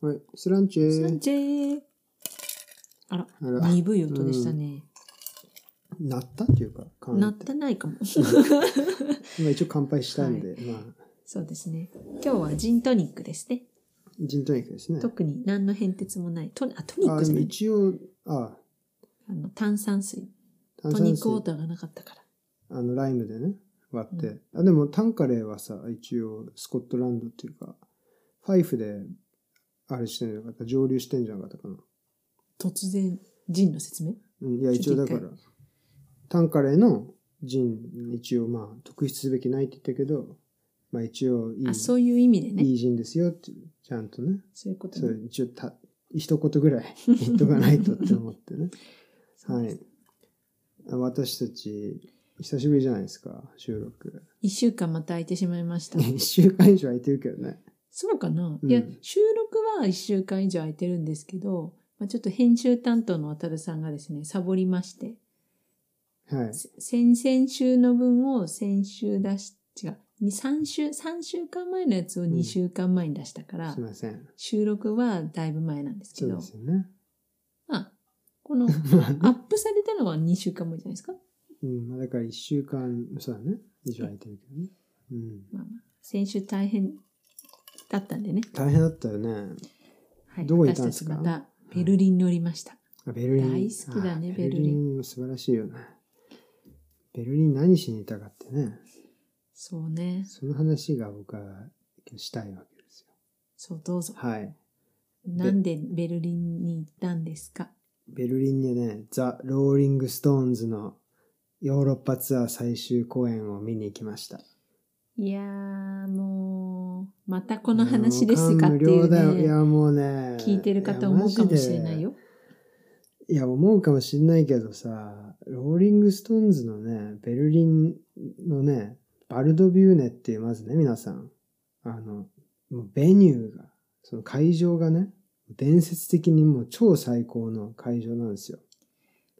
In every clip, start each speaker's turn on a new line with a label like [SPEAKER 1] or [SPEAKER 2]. [SPEAKER 1] はい。スランチェ
[SPEAKER 2] サン
[SPEAKER 1] ー。
[SPEAKER 2] チェー。あら、
[SPEAKER 1] あら、
[SPEAKER 2] 鈍い音でしたね。
[SPEAKER 1] なったっていうか、乾
[SPEAKER 2] なってない かも。
[SPEAKER 1] 今一応乾杯したんで、まあ、
[SPEAKER 2] そうですね。今日はジントニックですね。
[SPEAKER 1] ジントニックですね。
[SPEAKER 2] 特に何の変哲もない。トニあトニッ
[SPEAKER 1] あ、
[SPEAKER 2] ク
[SPEAKER 1] で
[SPEAKER 2] じゃ
[SPEAKER 1] も
[SPEAKER 2] ない。
[SPEAKER 1] 一応、あ、
[SPEAKER 2] あの炭酸水。
[SPEAKER 1] 炭
[SPEAKER 2] ト
[SPEAKER 1] 酸
[SPEAKER 2] ニックウォー
[SPEAKER 1] 水、
[SPEAKER 2] ターがなかったから。
[SPEAKER 1] あの、ライムでね、割って。あ、でも、タンカレーはさ、一応、スコットランドっていうか、ファイフで、あれしてんじゃなかった、蒸留してんじゃなかったかな。
[SPEAKER 2] 突然、ジンの説明
[SPEAKER 1] うん、いや、一応だか
[SPEAKER 2] ち
[SPEAKER 1] ら、タンカレーのジン、一応、まあ、特筆すべきないって言ったけど、まあ、一応、いい、
[SPEAKER 2] あ、そういう意味でね。
[SPEAKER 1] いいジンですよっていう、ちゃんとね。
[SPEAKER 2] そういうこと
[SPEAKER 1] そ
[SPEAKER 2] ね
[SPEAKER 1] う、一応た、一言ぐらい言っとかないとって思って ね。
[SPEAKER 2] そう
[SPEAKER 1] は
[SPEAKER 2] です
[SPEAKER 1] い。私たち、久しぶりじゃないですか、収録。
[SPEAKER 2] 一週間また空いてしまいました。
[SPEAKER 1] 一週間以上空いてるけどね。
[SPEAKER 2] そうかな、
[SPEAKER 1] うん
[SPEAKER 2] いや、収録は一週間以上空いてるんですけど、まあ、ちょっと編集担当の渡るさんがですね、サボりまして、
[SPEAKER 1] はい。
[SPEAKER 2] せ先々週の分を先週出し、違う、に3週、三週間前のやつを2週間前に出したから、
[SPEAKER 1] すいません。
[SPEAKER 2] 収録はだいぶ前なんですけ
[SPEAKER 1] そう
[SPEAKER 2] ど
[SPEAKER 1] で、すよね。
[SPEAKER 2] まあ、この、アップされたのは2週間前じゃないですか。
[SPEAKER 1] うん、まあだから一週間、そうだね。以上空いてるけどね。うん。
[SPEAKER 2] まあまあ、先週大変だったんでね。
[SPEAKER 1] 大変だったよね。
[SPEAKER 2] はい、
[SPEAKER 1] どこ行ったんですか
[SPEAKER 2] 私たちまたベルリンに乗りました。
[SPEAKER 1] あベルリン。
[SPEAKER 2] 大好きだね
[SPEAKER 1] あ
[SPEAKER 2] ベルリン
[SPEAKER 1] ン素晴らしいよね。ベルリン何しにいたかってね。
[SPEAKER 2] そうね。
[SPEAKER 1] その話が僕はしたいわけですよ。
[SPEAKER 2] そう、どうぞ。
[SPEAKER 1] はい。
[SPEAKER 2] なんでベルリンに行ったんですか
[SPEAKER 1] ベルリンでね、ザ・ローリング・ストーンズのヨーロッパツアー最終公演を見に行きました。
[SPEAKER 2] いやー、もう、またこの話ですかっ
[SPEAKER 1] も
[SPEAKER 2] てい
[SPEAKER 1] う感無量
[SPEAKER 2] う
[SPEAKER 1] だよい
[SPEAKER 2] ね。
[SPEAKER 1] や、もうね。
[SPEAKER 2] 聞いてる方思うかもしれないよ。
[SPEAKER 1] いや。マジでいや、思うかもしれないけどさ、ローリング・ストーンズのね、ベルリンのね、バルドビューネっていう、まずね、皆さん、あの、もうベニューが、その会場がね、伝説的にもう超最高の会場なんですよ。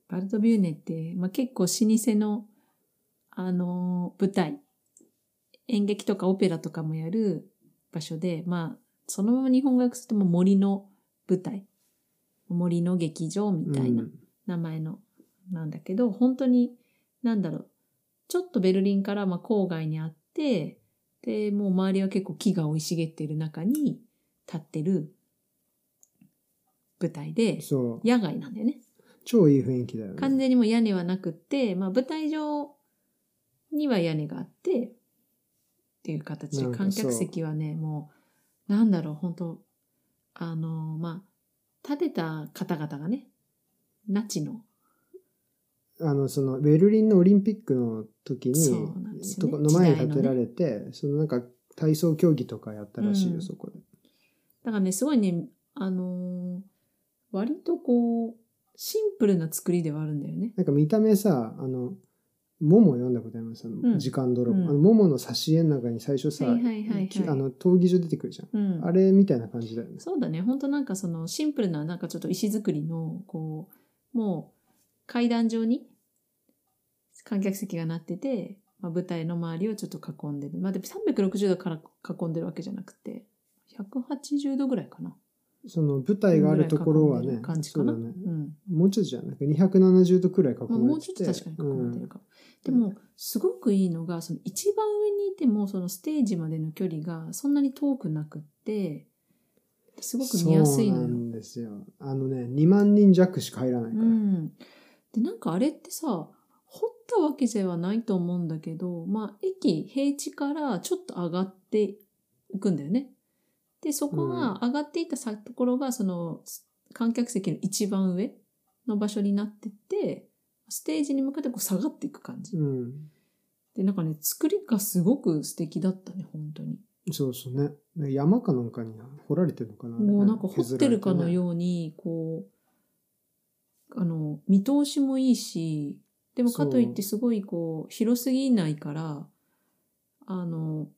[SPEAKER 2] バルトビューネって、まあ、結構老舗の、あのー舞台、演劇とかオペラとかもやる場所で、まあ、そのまま日本語訳するともう森の舞台、森の劇場みたいな
[SPEAKER 1] うん
[SPEAKER 2] 名前の、なんだけど、本当に、なんだろう、ちょっとベルリンからまあ郊外にあって、で、もう周りは結構木が生い茂っている中に立ってる舞台で、
[SPEAKER 1] そう。
[SPEAKER 2] 野外なんだよね。
[SPEAKER 1] 超いい雰囲気だよね。
[SPEAKER 2] 完全にもう屋根はなくって、まあ舞台上には屋根があって、っていう形
[SPEAKER 1] なん
[SPEAKER 2] で、
[SPEAKER 1] か
[SPEAKER 2] 観客席はね、もう、なんだろう、本当あの、まあ、建てた方々がね、ナチの、
[SPEAKER 1] あの、その、ベルリンのオリンピックの時に、
[SPEAKER 2] そうなんですよ
[SPEAKER 1] とこ
[SPEAKER 2] ね
[SPEAKER 1] の前に建
[SPEAKER 2] 時代のね
[SPEAKER 1] てられて、そのなんか、体操競技とかやったらしいよ、
[SPEAKER 2] うん
[SPEAKER 1] そこで。
[SPEAKER 2] だからね、すごいね、あのー割とこう、シンプルな作りではあるんだよね。
[SPEAKER 1] なんか見た目さ、あの、モモ読んだことありますあの、
[SPEAKER 2] うん
[SPEAKER 1] 時間泥棒。
[SPEAKER 2] うん
[SPEAKER 1] あの、モモの挿絵の中に最初さ、
[SPEAKER 2] はいはいはいはい
[SPEAKER 1] きあの、闘技場出てくるじゃん。
[SPEAKER 2] うん
[SPEAKER 1] あれみたいな感じだよね。
[SPEAKER 2] そうだね。本当なんかそのシンプルななんかちょっと石造りの、こう、もう階段上に観客席がなってて、まあ、舞台の周りをちょっと囲んでる。まあでも360度から囲んでるわけじゃなくて、180度ぐらいかな。
[SPEAKER 1] その、舞台があるところは
[SPEAKER 2] ぐらい囲
[SPEAKER 1] ね
[SPEAKER 2] んでる、感じ
[SPEAKER 1] そ
[SPEAKER 2] か
[SPEAKER 1] う
[SPEAKER 2] な。
[SPEAKER 1] だ
[SPEAKER 2] う
[SPEAKER 1] ね。
[SPEAKER 2] ん。
[SPEAKER 1] もうちょっとじゃなくて、270度くらい囲まれて
[SPEAKER 2] まあ、
[SPEAKER 1] て。
[SPEAKER 2] もうちょっと確かに囲まれてるかも。でも、すごくいいのが、その一番上にいても、そのステージまでの距離がそんなに遠くなくって、すごく見やすいの
[SPEAKER 1] そうな
[SPEAKER 2] よ。
[SPEAKER 1] んですよ。あのね、2万人弱しか入らないから。
[SPEAKER 2] うん。で、なんかあれってさ、掘ったわけではないと思うんだけど、まあ、駅、平地からちょっと上がっていくんだよね。で、そこが上がっていったさところが、その、観客席の一番上の場所になってて、ステージに向かってこう下がっていく感じ。
[SPEAKER 1] うん
[SPEAKER 2] で、なんかね、作りがすごく素敵だったね、本当に。
[SPEAKER 1] そうそうね。ね山かなんかに掘られてるのかな。
[SPEAKER 2] もうなんか掘ってるかの
[SPEAKER 1] う
[SPEAKER 2] ように、こう、あの、見通しもいいし、でもかといってすごいこう、広すぎないから、あの、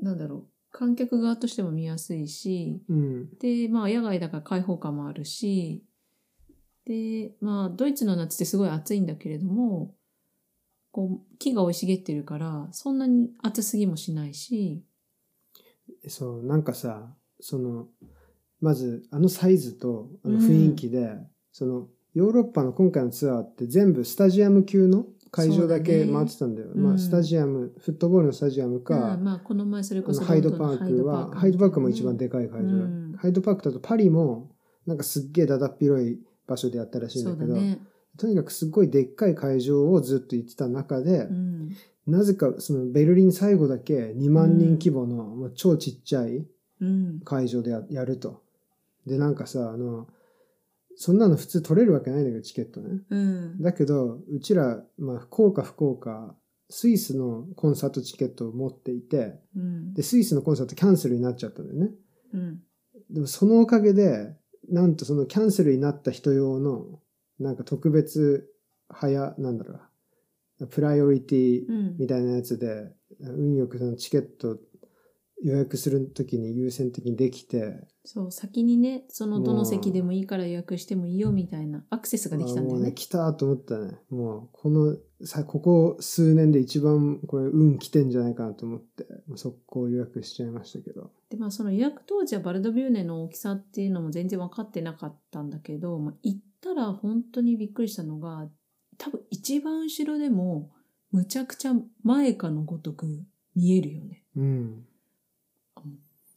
[SPEAKER 2] なんだろう、観客側としても見やすいし、
[SPEAKER 1] うん。
[SPEAKER 2] で、まあ野外だから開放感もあるし、で、まあドイツの夏ってすごい暑いんだけれども、こう、木が生い茂ってるから、そんなに暑すぎもしないし、
[SPEAKER 1] そう、なんかさ、その、まずあのサイズとあの雰囲気で、そのヨーロッパの今回のツアーって全部スタジアム級の会場だけ
[SPEAKER 2] そうだね
[SPEAKER 1] 回ってたんだよ。
[SPEAKER 2] うん
[SPEAKER 1] まあスタジアム、フットボールのスタジアム
[SPEAKER 2] まあ
[SPEAKER 1] か、
[SPEAKER 2] まあ、この前それ
[SPEAKER 1] あ
[SPEAKER 2] こ
[SPEAKER 1] の
[SPEAKER 2] そ
[SPEAKER 1] ハイドパークは、ハイドパークも一番でかい会場だ、
[SPEAKER 2] うん
[SPEAKER 1] ハイドパークだとパリもなんかすっげえだだっ広い場所でやったらしいんだ
[SPEAKER 2] そう
[SPEAKER 1] け
[SPEAKER 2] だ
[SPEAKER 1] ど、
[SPEAKER 2] ね。
[SPEAKER 1] とにかくすっごいでっかい会場をずっと行ってた中で、
[SPEAKER 2] うん。
[SPEAKER 1] なぜかそのベルリン最後だけ2万人規模の、もう超ちっちゃい
[SPEAKER 2] うん。
[SPEAKER 1] 会場でややると。で、なんかさ、あの、そんなの普通取れるわけないんだけど、チケットね。
[SPEAKER 2] うん。
[SPEAKER 1] だけど、うちら、まあ、福岡、福岡、スイスのコンサートチケットを持っていて、
[SPEAKER 2] うん。
[SPEAKER 1] で、スイスのコンサートキャンセルになっちゃったんだよね。
[SPEAKER 2] うん。
[SPEAKER 1] でも、そのおかげで、なんとそのキャンセルになった人用の、なんか特別、早、なんだろう、プライオリティ
[SPEAKER 2] うん。
[SPEAKER 1] みたいなやつで、運よくそのチケット予約するときに優先的にできて、
[SPEAKER 2] そう、先にね、そのどの席でもいいから予約してもいいよみたいなアクセスができたんだ
[SPEAKER 1] も
[SPEAKER 2] よ
[SPEAKER 1] うね、
[SPEAKER 2] ね。
[SPEAKER 1] 来たと思ったね。もう、この、さ、ここ数年で一番、これ、運来てんじゃないかなと思って、もう速攻予約しちゃいましたけど。
[SPEAKER 2] で、まあその予約当時はバルドビューネの大きさっていうのも全然分かってなかったんだけど、まあ、行ったら本当にびっくりしたのが、多分一番後ろでも、むちゃくちゃ前かのごとく見えるよね。
[SPEAKER 1] うん。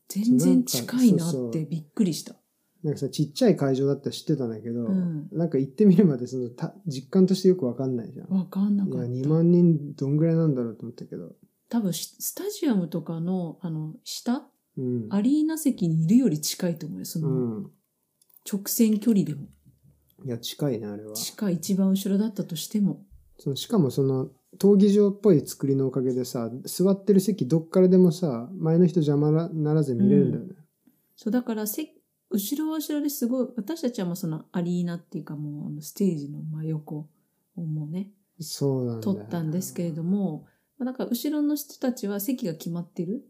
[SPEAKER 2] 全然近いな
[SPEAKER 1] そうそう
[SPEAKER 2] ってびっくりした。
[SPEAKER 1] なんかさ、ちっちゃい会場だったら知ってたんだけど、
[SPEAKER 2] うん
[SPEAKER 1] なんか行ってみるまで、その、た実感としてよくわかんないじゃん。
[SPEAKER 2] わかんないか
[SPEAKER 1] や、
[SPEAKER 2] った。
[SPEAKER 1] 2万人どんぐらいなんだろうと思ったけど。
[SPEAKER 2] 多分しスタジアムとかの、あの、下、
[SPEAKER 1] うん。
[SPEAKER 2] アリーナ席にいるより近いと思うよ。その
[SPEAKER 1] うん。
[SPEAKER 2] 直線距離でも。
[SPEAKER 1] いや、近いね、あれは。
[SPEAKER 2] 近い一番後ろだったとしても。
[SPEAKER 1] そのしかもその闘技場っぽい作りのおかげでさ座ってる席どっからでもさ前の人邪魔なならず見れるんだよね。
[SPEAKER 2] そう、だからせ、後ろは後ろですごい、私たちはもうそのアリーナっていうかもうあのステージの真横をもうね、
[SPEAKER 1] そうなんだよ
[SPEAKER 2] 取ったんですけれども、まあだから後ろの人たちは席が決まってる。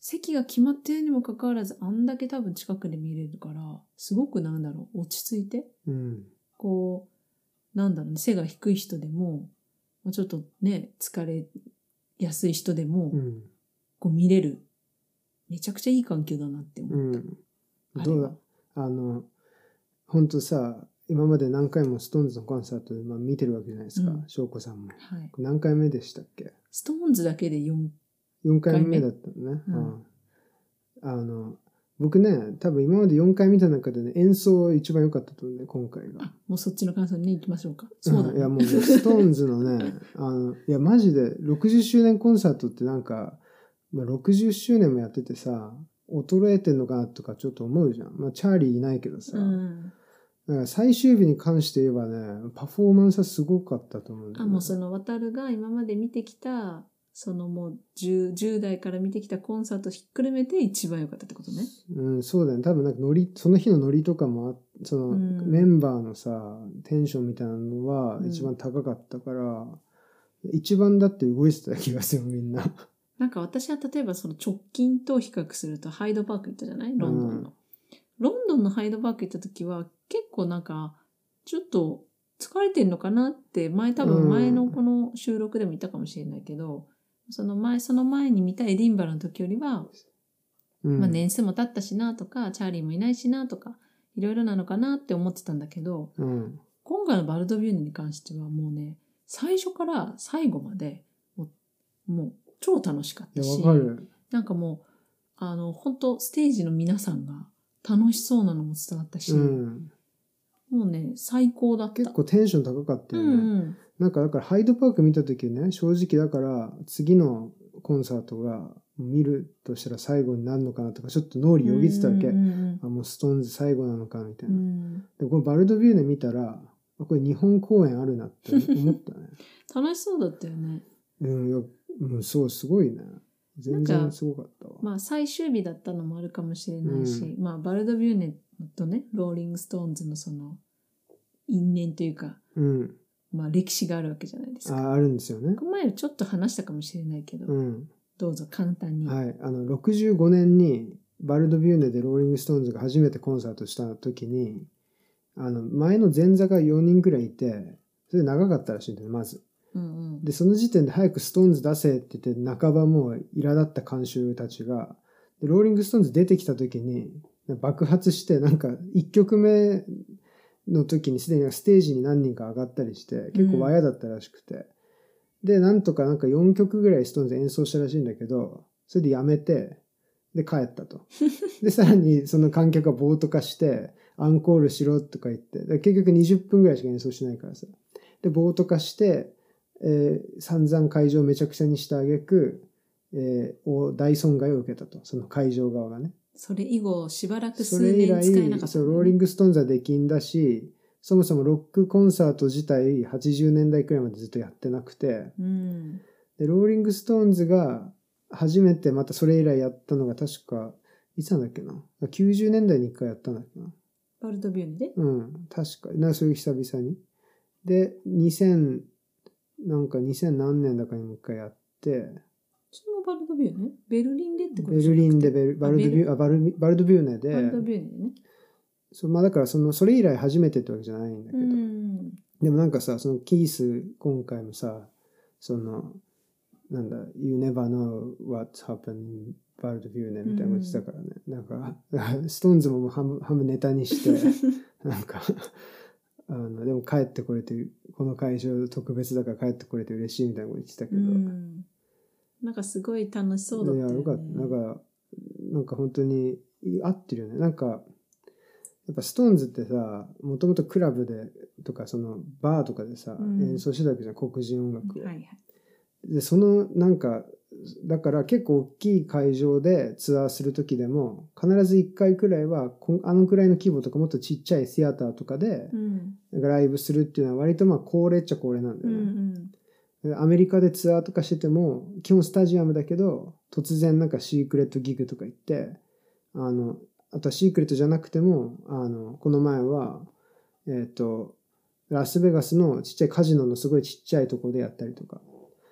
[SPEAKER 2] 席が決まってるにもかかわらず、あんだけ多分近くで見れるから、すごくなんだろう、落ち着いて、
[SPEAKER 1] うん
[SPEAKER 2] こう、なんだろうね、背が低い人でも、まあちょっとね、疲れやすい人でも、
[SPEAKER 1] うん
[SPEAKER 2] こう見れる。めちゃくちゃいい環境だなって思う。
[SPEAKER 1] うん
[SPEAKER 2] あれ
[SPEAKER 1] どうだあのほんとさ今まで何回もストーンズのコンサートで、まあ、見てるわけじゃないですか
[SPEAKER 2] うん
[SPEAKER 1] 翔子、さんも。
[SPEAKER 2] はい。
[SPEAKER 1] 何回目でしたっけ
[SPEAKER 2] ストーンズだけで4
[SPEAKER 1] ?4 回目だったのね。
[SPEAKER 2] うん
[SPEAKER 1] うんあの僕ね多分今まで4回見た中でね演奏一番良かったと思うんで今回が。
[SPEAKER 2] あもうそっちの感想にね行きましょうかそうだ、ね
[SPEAKER 1] んいやもうね、ストーンズの ね、あの、いやマジで60周年コンサートってなんか、まあ、60周年もやっててさ、衰えてんのかなとかちょっと思うじゃん。まあ、チャーリーいないけど さ。
[SPEAKER 2] うん、
[SPEAKER 1] だから最終日に関して言えばね、パフォーマンスはすごかったと思うんだ
[SPEAKER 2] あ
[SPEAKER 1] よね
[SPEAKER 2] もうその渡るが今まで見てきたそのもう 10, 10代から見てきたコンサートひっくるめて一番良かったってことね
[SPEAKER 1] うん、そうだよね。多分なんかノリ、その日のノリとかもあ、その、
[SPEAKER 2] うん
[SPEAKER 1] メンバーのさ、テンションみたいなのは
[SPEAKER 2] うん
[SPEAKER 1] 一番高かったから、一番だって動いてた気がするみんな。
[SPEAKER 2] なんか私は例えばその直近と比較するとハイドパーク行ったじゃないロンドンの、ロンドンのハイドパーク行った時は結構なんかちょっと疲れてんのかなって前多
[SPEAKER 1] う
[SPEAKER 2] 分
[SPEAKER 1] ん
[SPEAKER 2] 前のこの収録でも言ったかもしれないけど、その前その前に見たエディンバラの時よりは
[SPEAKER 1] うん、
[SPEAKER 2] まあ、年数も経ったしなとかチャーリーもいないしなとかいろいろなのかなって思ってたんだけど
[SPEAKER 1] うん。
[SPEAKER 2] 今回のバルドビューネに関してはもうね最初から最後までもうもう超楽しかっ
[SPEAKER 1] い
[SPEAKER 2] た
[SPEAKER 1] や、
[SPEAKER 2] し
[SPEAKER 1] わかる。
[SPEAKER 2] なんかもうあの本当ステージの皆さんが楽しそうなのも伝わったし、
[SPEAKER 1] うん、
[SPEAKER 2] もうね最高だった。
[SPEAKER 1] 結構テンション高かった
[SPEAKER 2] う
[SPEAKER 1] よ
[SPEAKER 2] ん
[SPEAKER 1] ね、
[SPEAKER 2] うん
[SPEAKER 1] なんかだからハイドパーク見た時ね正直だから次のコンサートが見るとしたら最後になるのかなとかちょっと脳裏よぎってたわけ、
[SPEAKER 2] うん
[SPEAKER 1] あもうストーンズ最後なのかみたい
[SPEAKER 2] うんう
[SPEAKER 1] な、
[SPEAKER 2] ん
[SPEAKER 1] でこのバルドビューネ見たらあこれ日本公演あるなって思った ね
[SPEAKER 2] 楽しそうだったよね。
[SPEAKER 1] うんよ、うん、そうすごいね全
[SPEAKER 2] なん
[SPEAKER 1] 然
[SPEAKER 2] か
[SPEAKER 1] すごかったわ、
[SPEAKER 2] まあ最終日だったのもあるかもしれないし、まあバルドビューネとね、ローリングストーンズのその因縁というか、
[SPEAKER 1] うん
[SPEAKER 2] まあ歴史があるわけじゃないですか。
[SPEAKER 1] ああるんですよね
[SPEAKER 2] この前ちょっと話したかもしれないけど、
[SPEAKER 1] うん
[SPEAKER 2] どうぞ簡単に。
[SPEAKER 1] はい、あの65年にバルドビューネでローリング・ストーンズが初めてコンサートした時にあの前の前座が4人くらいいてそれで長かったらしいんだよねまず
[SPEAKER 2] うんうん。
[SPEAKER 1] でその時点で早くストーンズ出せって言って半ばもう苛立った監修たちがでローリング・ストーンズ出てきた時に爆発して、なんか1曲目の時にすでにステージに何人か上がったりして、結構和やだったらしくて。で、なんとかなんか4曲ぐらいストーンズ演奏したらしいんだけど、それでやめて、で帰ったと。で、さらにその観客が暴徒化して、アンコールしろとか言って、だから結局20分ぐらいしか演奏しないからさ。で、暴徒化して、えー散々会場をめちゃくちゃにした挙句、えーを大損害を受けたと。その会場側がね。
[SPEAKER 2] それ以後、しばらく
[SPEAKER 1] そ
[SPEAKER 2] 数
[SPEAKER 1] れ以
[SPEAKER 2] 年
[SPEAKER 1] 来
[SPEAKER 2] 使えなかった。
[SPEAKER 1] そうローリング・ストーンズはできんだしそもそもロックコンサート自体80年代くらいまでずっとやってなくて
[SPEAKER 2] うん。
[SPEAKER 1] でローリング・ストーンズが初めてまたそれ以来やったのが確かいつなんだっけな90年代に一回やったんだっけな
[SPEAKER 2] バルトビューネで。
[SPEAKER 1] うん確かなそういう久々にで2000なんか2000何年だかにもう一回やって
[SPEAKER 2] それもバルトビューネベルリンでってこと
[SPEAKER 1] ベルリンでベルバルドビュ
[SPEAKER 2] ー
[SPEAKER 1] ーあバルミバルドビューネ
[SPEAKER 2] ネ。バルト
[SPEAKER 1] で
[SPEAKER 2] ビューネでね。
[SPEAKER 1] そうまあだからそのそれ以来初めてってわけじゃないんだけ
[SPEAKER 2] う
[SPEAKER 1] ど、
[SPEAKER 2] ん。
[SPEAKER 1] でもなんかさ、そのキース、今回もさ、その、なんだ、You never know what's happened in World View ね、みたいなこと言ってたからね。なんか、 ストーンズももう半分半分ネタに して、なんか、あの、でも帰ってこれて、この会場特別だから帰ってこれて嬉しいみたいなこと言ってたけ
[SPEAKER 2] う
[SPEAKER 1] ど、
[SPEAKER 2] ん。なんかすごい楽しそうだった
[SPEAKER 1] いや、
[SPEAKER 2] ね。
[SPEAKER 1] よかった。なんか、なんか本当に合ってるよね。なんか、やっぱストーンズってさ、もともとクラブでとか、そのバーとかでさ、
[SPEAKER 2] うん
[SPEAKER 1] 演奏してたわけじゃん、黒人音楽を。
[SPEAKER 2] はいはい。
[SPEAKER 1] で、そのなんか、だから結構大きい会場でツアーする時でも、必ず1回くらいは、こんあのくらいの規模とかもっとちっちゃいシアターとかで
[SPEAKER 2] うん。
[SPEAKER 1] ライブするっていうのは割とまあ恒例っちゃ恒例なんだ
[SPEAKER 2] う
[SPEAKER 1] よね。
[SPEAKER 2] ん
[SPEAKER 1] でアメリカでツアーとかしてても、基本スタジアムだけど、突然なんかシークレットギグとか行って、あの、あとはシークレットじゃなくても、あの、この前は、えっ、と、ラスベガスのちっちゃいカジノのすごいちっちゃいとこでやったりとか。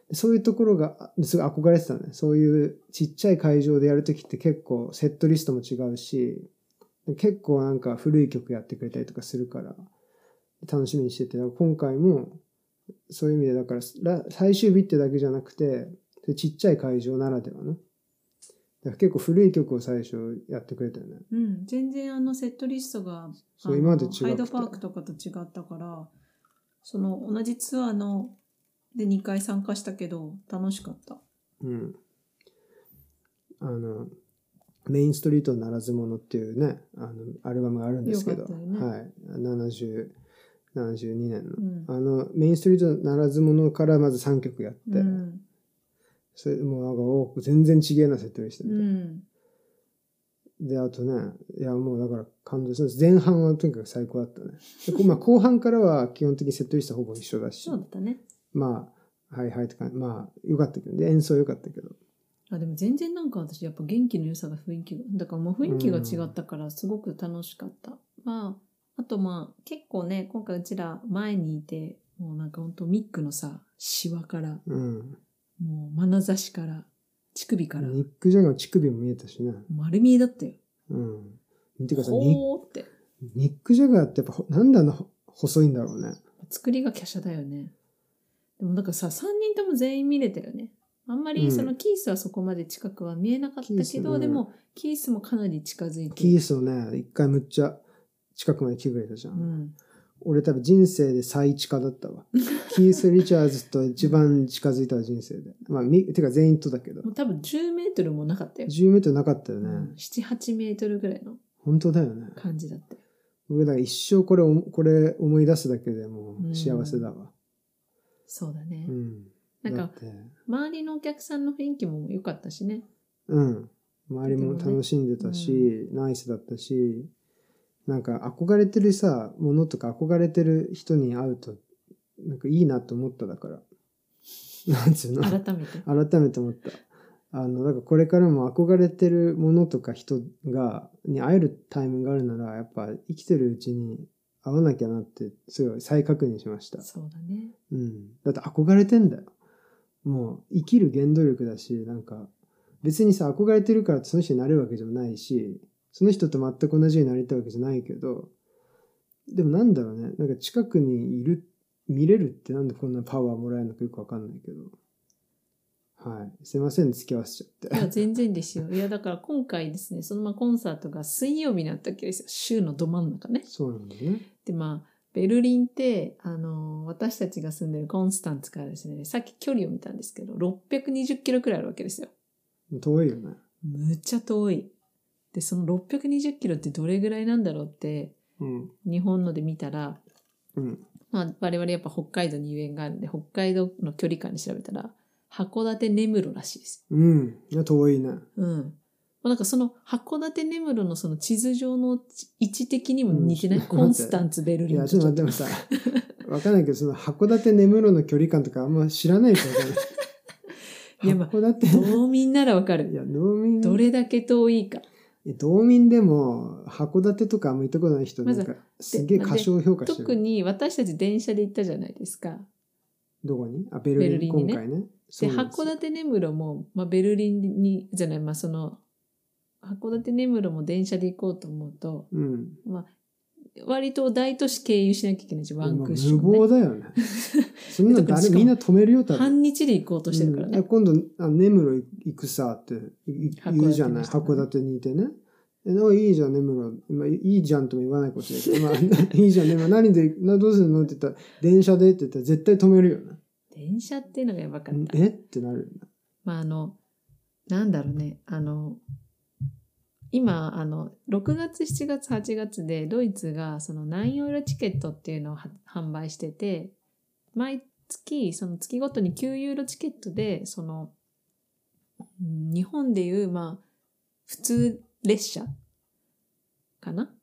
[SPEAKER 1] でそういうところが、あすごい憧れてたね。そういうちっちゃい会場でやるときって結構セットリストも違うし、結構なんか古い曲やってくれたりとかするから、楽しみにしてて、だから今回もそういう意味で、だから、ら最終日ってだけじゃなくて、でちっちゃい会場ならではね。だから結構古い曲を最初やってくれたよね。
[SPEAKER 2] うん。うん。全然あのセットリストが、
[SPEAKER 1] そう、
[SPEAKER 2] あの
[SPEAKER 1] 今まで違くて。
[SPEAKER 2] ハイドパークとかと違ったから、その同じツアーので2回参加したけど、楽しかった。
[SPEAKER 1] うん。あの、メインストリートならず者っていうね、あの、アルバムがあるんですけど、
[SPEAKER 2] よかったよね
[SPEAKER 1] はい。70、72年の。
[SPEAKER 2] うん。
[SPEAKER 1] あの、メインストリートならず者からまず3曲やって、
[SPEAKER 2] うん。
[SPEAKER 1] それもうなんかお、全然違えなセットリストみたいな
[SPEAKER 2] うん。
[SPEAKER 1] で、あとね、いや、もうだから感動します。前半はとにかく最高だったね。でこまあ、後半からは基本的にセットリストほぼ一緒だし
[SPEAKER 2] そ、うだったね。
[SPEAKER 1] まあ、はいはいって感じ。まあ、良かったけど、で演奏良かったけど。
[SPEAKER 2] あでも全然なんか私やっぱ元気の良さが雰囲気がだからもう雰囲気が違ったからすごく楽しかった、まああとまあ結構ね今回うちら前にいてもうなんかほんとミックのさシワから
[SPEAKER 1] うん。
[SPEAKER 2] もう眼差しから乳首から
[SPEAKER 1] ニック・ジャガーの乳首も見えたしね。
[SPEAKER 2] 丸見えだったよ
[SPEAKER 1] うん。見てください。ニ
[SPEAKER 2] ほーって
[SPEAKER 1] ニック・ジャガーってやっぱほ、なんであんなほ細いんだろうね。
[SPEAKER 2] 作りが華奢だよねでもなんかさ3人とも全員見れたよねあんまりそのキースはそこまで近くは見えなかった
[SPEAKER 1] キ
[SPEAKER 2] け
[SPEAKER 1] ース
[SPEAKER 2] ど、
[SPEAKER 1] うん
[SPEAKER 2] でもキースもかなり近づいて
[SPEAKER 1] キースをね、一回むっちゃ近くまで来てくれたじゃ。
[SPEAKER 2] うんん、
[SPEAKER 1] 俺多分人生で最近だったわ。キース・リチャーズと一番近づいたわ人生で。まあ、み、てか全員とだけど
[SPEAKER 2] も。う多分10メートルもなかったよ
[SPEAKER 1] 10メートルなかったよね。
[SPEAKER 2] 78メートルぐらいの
[SPEAKER 1] 本当だよね。
[SPEAKER 2] 感じだったよ
[SPEAKER 1] 僕だから一生これを、これ思い出すだけでも
[SPEAKER 2] う
[SPEAKER 1] うん幸せだわ。
[SPEAKER 2] そうだね、
[SPEAKER 1] うん。
[SPEAKER 2] なん
[SPEAKER 1] だ
[SPEAKER 2] か
[SPEAKER 1] って、
[SPEAKER 2] 周りのお客さんの雰囲気も良かったしね
[SPEAKER 1] うん。周りも
[SPEAKER 2] とてもね
[SPEAKER 1] 楽しんでたし、ナイスだったし、なんか憧れてるさ、ものとか憧れてる人に会うと、なんかいいなと思っただから。なんつうの
[SPEAKER 2] 改め
[SPEAKER 1] 改
[SPEAKER 2] て
[SPEAKER 1] めて思った。あの、なんかこれからも憧れてるものとか人が、に会えるタイミングがあるなら、やっぱ生きてるうちに会わなきゃなって、すごい再確認しました。
[SPEAKER 2] そうだね
[SPEAKER 1] うん。だって憧れてんだよ。もう生きる原動力だし、なんか別にさ、憧れてるからってその人になれるわけじゃないし、その人と全く同じようになりたいわけじゃないけど、でもなんだろうね、なんか近くにいる、見れるってなんでこんなパワーもらえるのかよくわかんないけど。はい。すいません、付き合わせちゃって。
[SPEAKER 2] いや、全然ですよ。いや、だから今回ですね、そのままコンサートが水曜日になったっけですよ。週のど真ん中ね。
[SPEAKER 1] そうなんだね。
[SPEAKER 2] で、まあ、ベルリンって、あのー私たちが住んでるコンスタンツからですね、さっき距離を見たんですけど、620キロくらいあるわけですよ。
[SPEAKER 1] 遠いよね。
[SPEAKER 2] むっちゃ遠い。で、その620キロってどれぐらいなんだろうって、
[SPEAKER 1] うん。
[SPEAKER 2] 日本ので見たら、
[SPEAKER 1] うん。
[SPEAKER 2] まあ、我々やっぱ北海道に遊園があるんで、北海道の距離感で調べたら、函館根室らしいですよ
[SPEAKER 1] うん。いや、遠いね。
[SPEAKER 2] うん。まあ、なんかその函館根室のその地図上の位置的にも似てない、
[SPEAKER 1] うん
[SPEAKER 2] コンスタンツ、ベル
[SPEAKER 1] い
[SPEAKER 2] リン
[SPEAKER 1] や、ちょっと待ってもさ、 わかんないけど、その函館根室の距離感とかあんま知らないからわかんない。
[SPEAKER 2] いやまあ
[SPEAKER 1] 函館、
[SPEAKER 2] 道民ならわか
[SPEAKER 1] い
[SPEAKER 2] る。
[SPEAKER 1] や、道民、
[SPEAKER 2] どれだけ遠いか。
[SPEAKER 1] いや道民でも、函館とかあんま行ったことない人、
[SPEAKER 2] ま
[SPEAKER 1] な
[SPEAKER 2] ず
[SPEAKER 1] んか、すげえ過小評価して
[SPEAKER 2] 特
[SPEAKER 1] る。
[SPEAKER 2] に私たち電車で行ったじゃないですか。
[SPEAKER 1] どこにあ、ベルリン、
[SPEAKER 2] ベルリンにね
[SPEAKER 1] 今回ね。そ
[SPEAKER 2] で、
[SPEAKER 1] うなんす
[SPEAKER 2] 函館根室も、まあ、ベルリンに、じゃない、まあ、その、函館根室も電車で行こうと思うと、
[SPEAKER 1] うん。
[SPEAKER 2] 割と大都市経由しなきゃいけないし、ワンクッショ
[SPEAKER 1] もう無謀
[SPEAKER 2] ン、ね。
[SPEAKER 1] だよ ね。そんなの
[SPEAKER 2] 特に
[SPEAKER 1] 誰、
[SPEAKER 2] しかも
[SPEAKER 1] みんな止めるよ、多分。
[SPEAKER 2] 半日で行こうとしてるから
[SPEAKER 1] うんいや
[SPEAKER 2] ね。
[SPEAKER 1] 今度あ根室行くさってい言うじゃない
[SPEAKER 2] 函
[SPEAKER 1] 函
[SPEAKER 2] 館
[SPEAKER 1] 館にいてね。えなんかいいじゃん、根室。まあ、いいじゃんとも言わないかもし れないけど、まあ、いいじゃん、根室。何で、などうするのって言ったら、電車でって言ったら絶対止めるよね。
[SPEAKER 2] 電車っていうのがやばかった。
[SPEAKER 1] えってなるよね。
[SPEAKER 2] まあ、あの、なんだろうね、あの、今、あの、6月、7月、8月でドイツがその何ユーロチケットっていうのをは販売してて、毎月、その月ごとに9ユーロチケットで、その、うん日本でいう、まあ、普通列車かな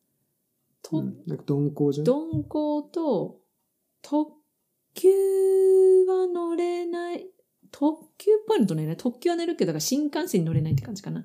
[SPEAKER 2] と、
[SPEAKER 1] うん、なんか鈍行じゃん。
[SPEAKER 2] 鈍行と特急は乗れない。特急っぽいのと乗れない。特急は乗るけど、だから新幹線に乗れないって感じかな。
[SPEAKER 1] う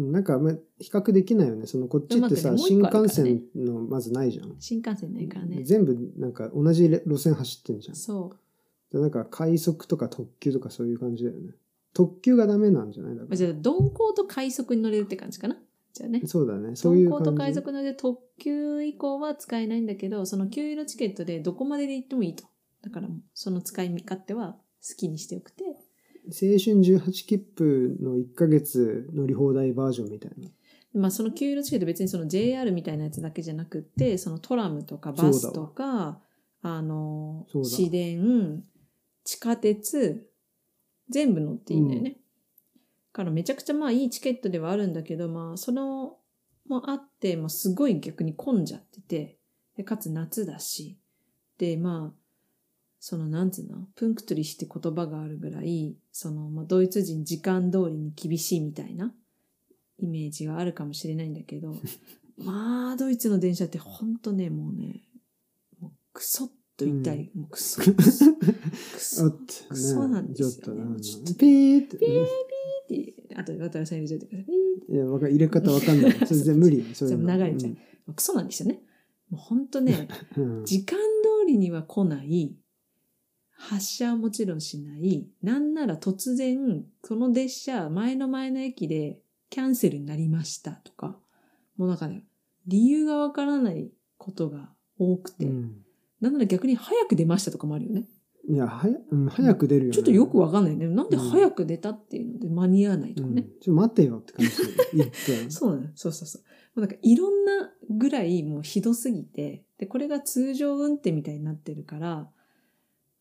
[SPEAKER 1] んなんか、まあ、比較できないよね。その、こっちってさ、
[SPEAKER 2] うまくね
[SPEAKER 1] 新
[SPEAKER 2] もう一個ある
[SPEAKER 1] 幹
[SPEAKER 2] からね
[SPEAKER 1] 線の、まずないじゃん。
[SPEAKER 2] 新幹線ないからね。
[SPEAKER 1] 全部、なんか、同じ路線走ってんじゃん。
[SPEAKER 2] そう。
[SPEAKER 1] でなんか、快速とか特急とかそういう感じだよね。特急がダメなんじゃないだか
[SPEAKER 2] まあ
[SPEAKER 1] ら
[SPEAKER 2] じゃあ、鈍行と快速に乗れるって感じかな。じゃあね。
[SPEAKER 1] そうだね。そうい
[SPEAKER 2] 鈍
[SPEAKER 1] う
[SPEAKER 2] 行
[SPEAKER 1] 感じ。
[SPEAKER 2] と快速ので特急以降は使えないんだけど、その給油のチケットでどこまでで行ってもいいと。だから、その使い勝手は好きにしておくて。
[SPEAKER 1] 青春18切符の1ヶ月乗り放題バージョンみたい な。
[SPEAKER 2] まあ、その給油のチケット別にその JR みたいなやつだけじゃなくってそのトラムとかバスとかあの
[SPEAKER 1] そうだ
[SPEAKER 2] 市電地下鉄全部乗っていいんだよね。からめちゃくちゃまあいいチケットではあるんだけどまあそのもあってもうすごい逆に混んじゃっててでかつ夏だしでまあそのなんつうのプンクトゥリシって言葉があるぐらいその、まあ、ドイツ人時間通りに厳しいみたいなイメージがあるかもしれないんだけどまあドイツの電車ってほんとねもうねもうクソッと痛い、もうクソクソク ソ
[SPEAKER 1] あ
[SPEAKER 2] っ
[SPEAKER 1] ってね
[SPEAKER 2] そうなんですよね
[SPEAKER 1] ち
[SPEAKER 2] ち
[SPEAKER 1] ょ
[SPEAKER 2] ょ
[SPEAKER 1] っ
[SPEAKER 2] っ
[SPEAKER 1] とな
[SPEAKER 2] と
[SPEAKER 1] ピーって、ね。
[SPEAKER 2] てあと渡辺さん入れちゃってください
[SPEAKER 1] いや、わか入れ方わかんない。全然 無理。そういうの
[SPEAKER 2] それも流れちゃうもうクソなんですよねもうほんとね
[SPEAKER 1] うん。うん
[SPEAKER 2] 時間通りには来ない発車はもちろんしないなんなら突然この列車前の前の駅でキャンセルになりましたとかもうなんかね理由がわからないことが多くて、
[SPEAKER 1] うん
[SPEAKER 2] なんなら逆に早く出ましたとかもあるよね
[SPEAKER 1] いや、はや、うん、早く出るよね。
[SPEAKER 2] ちょっとよくわかんないよねなんで早く出たっていうので間に合わないと
[SPEAKER 1] う
[SPEAKER 2] か
[SPEAKER 1] ん
[SPEAKER 2] ね、
[SPEAKER 1] ちょっと待てよって感じ。1分。
[SPEAKER 2] そうなのそうそうそう。もうなんかいろんなぐらいもうひどすぎて、で、これが通常運転みたいになってるから、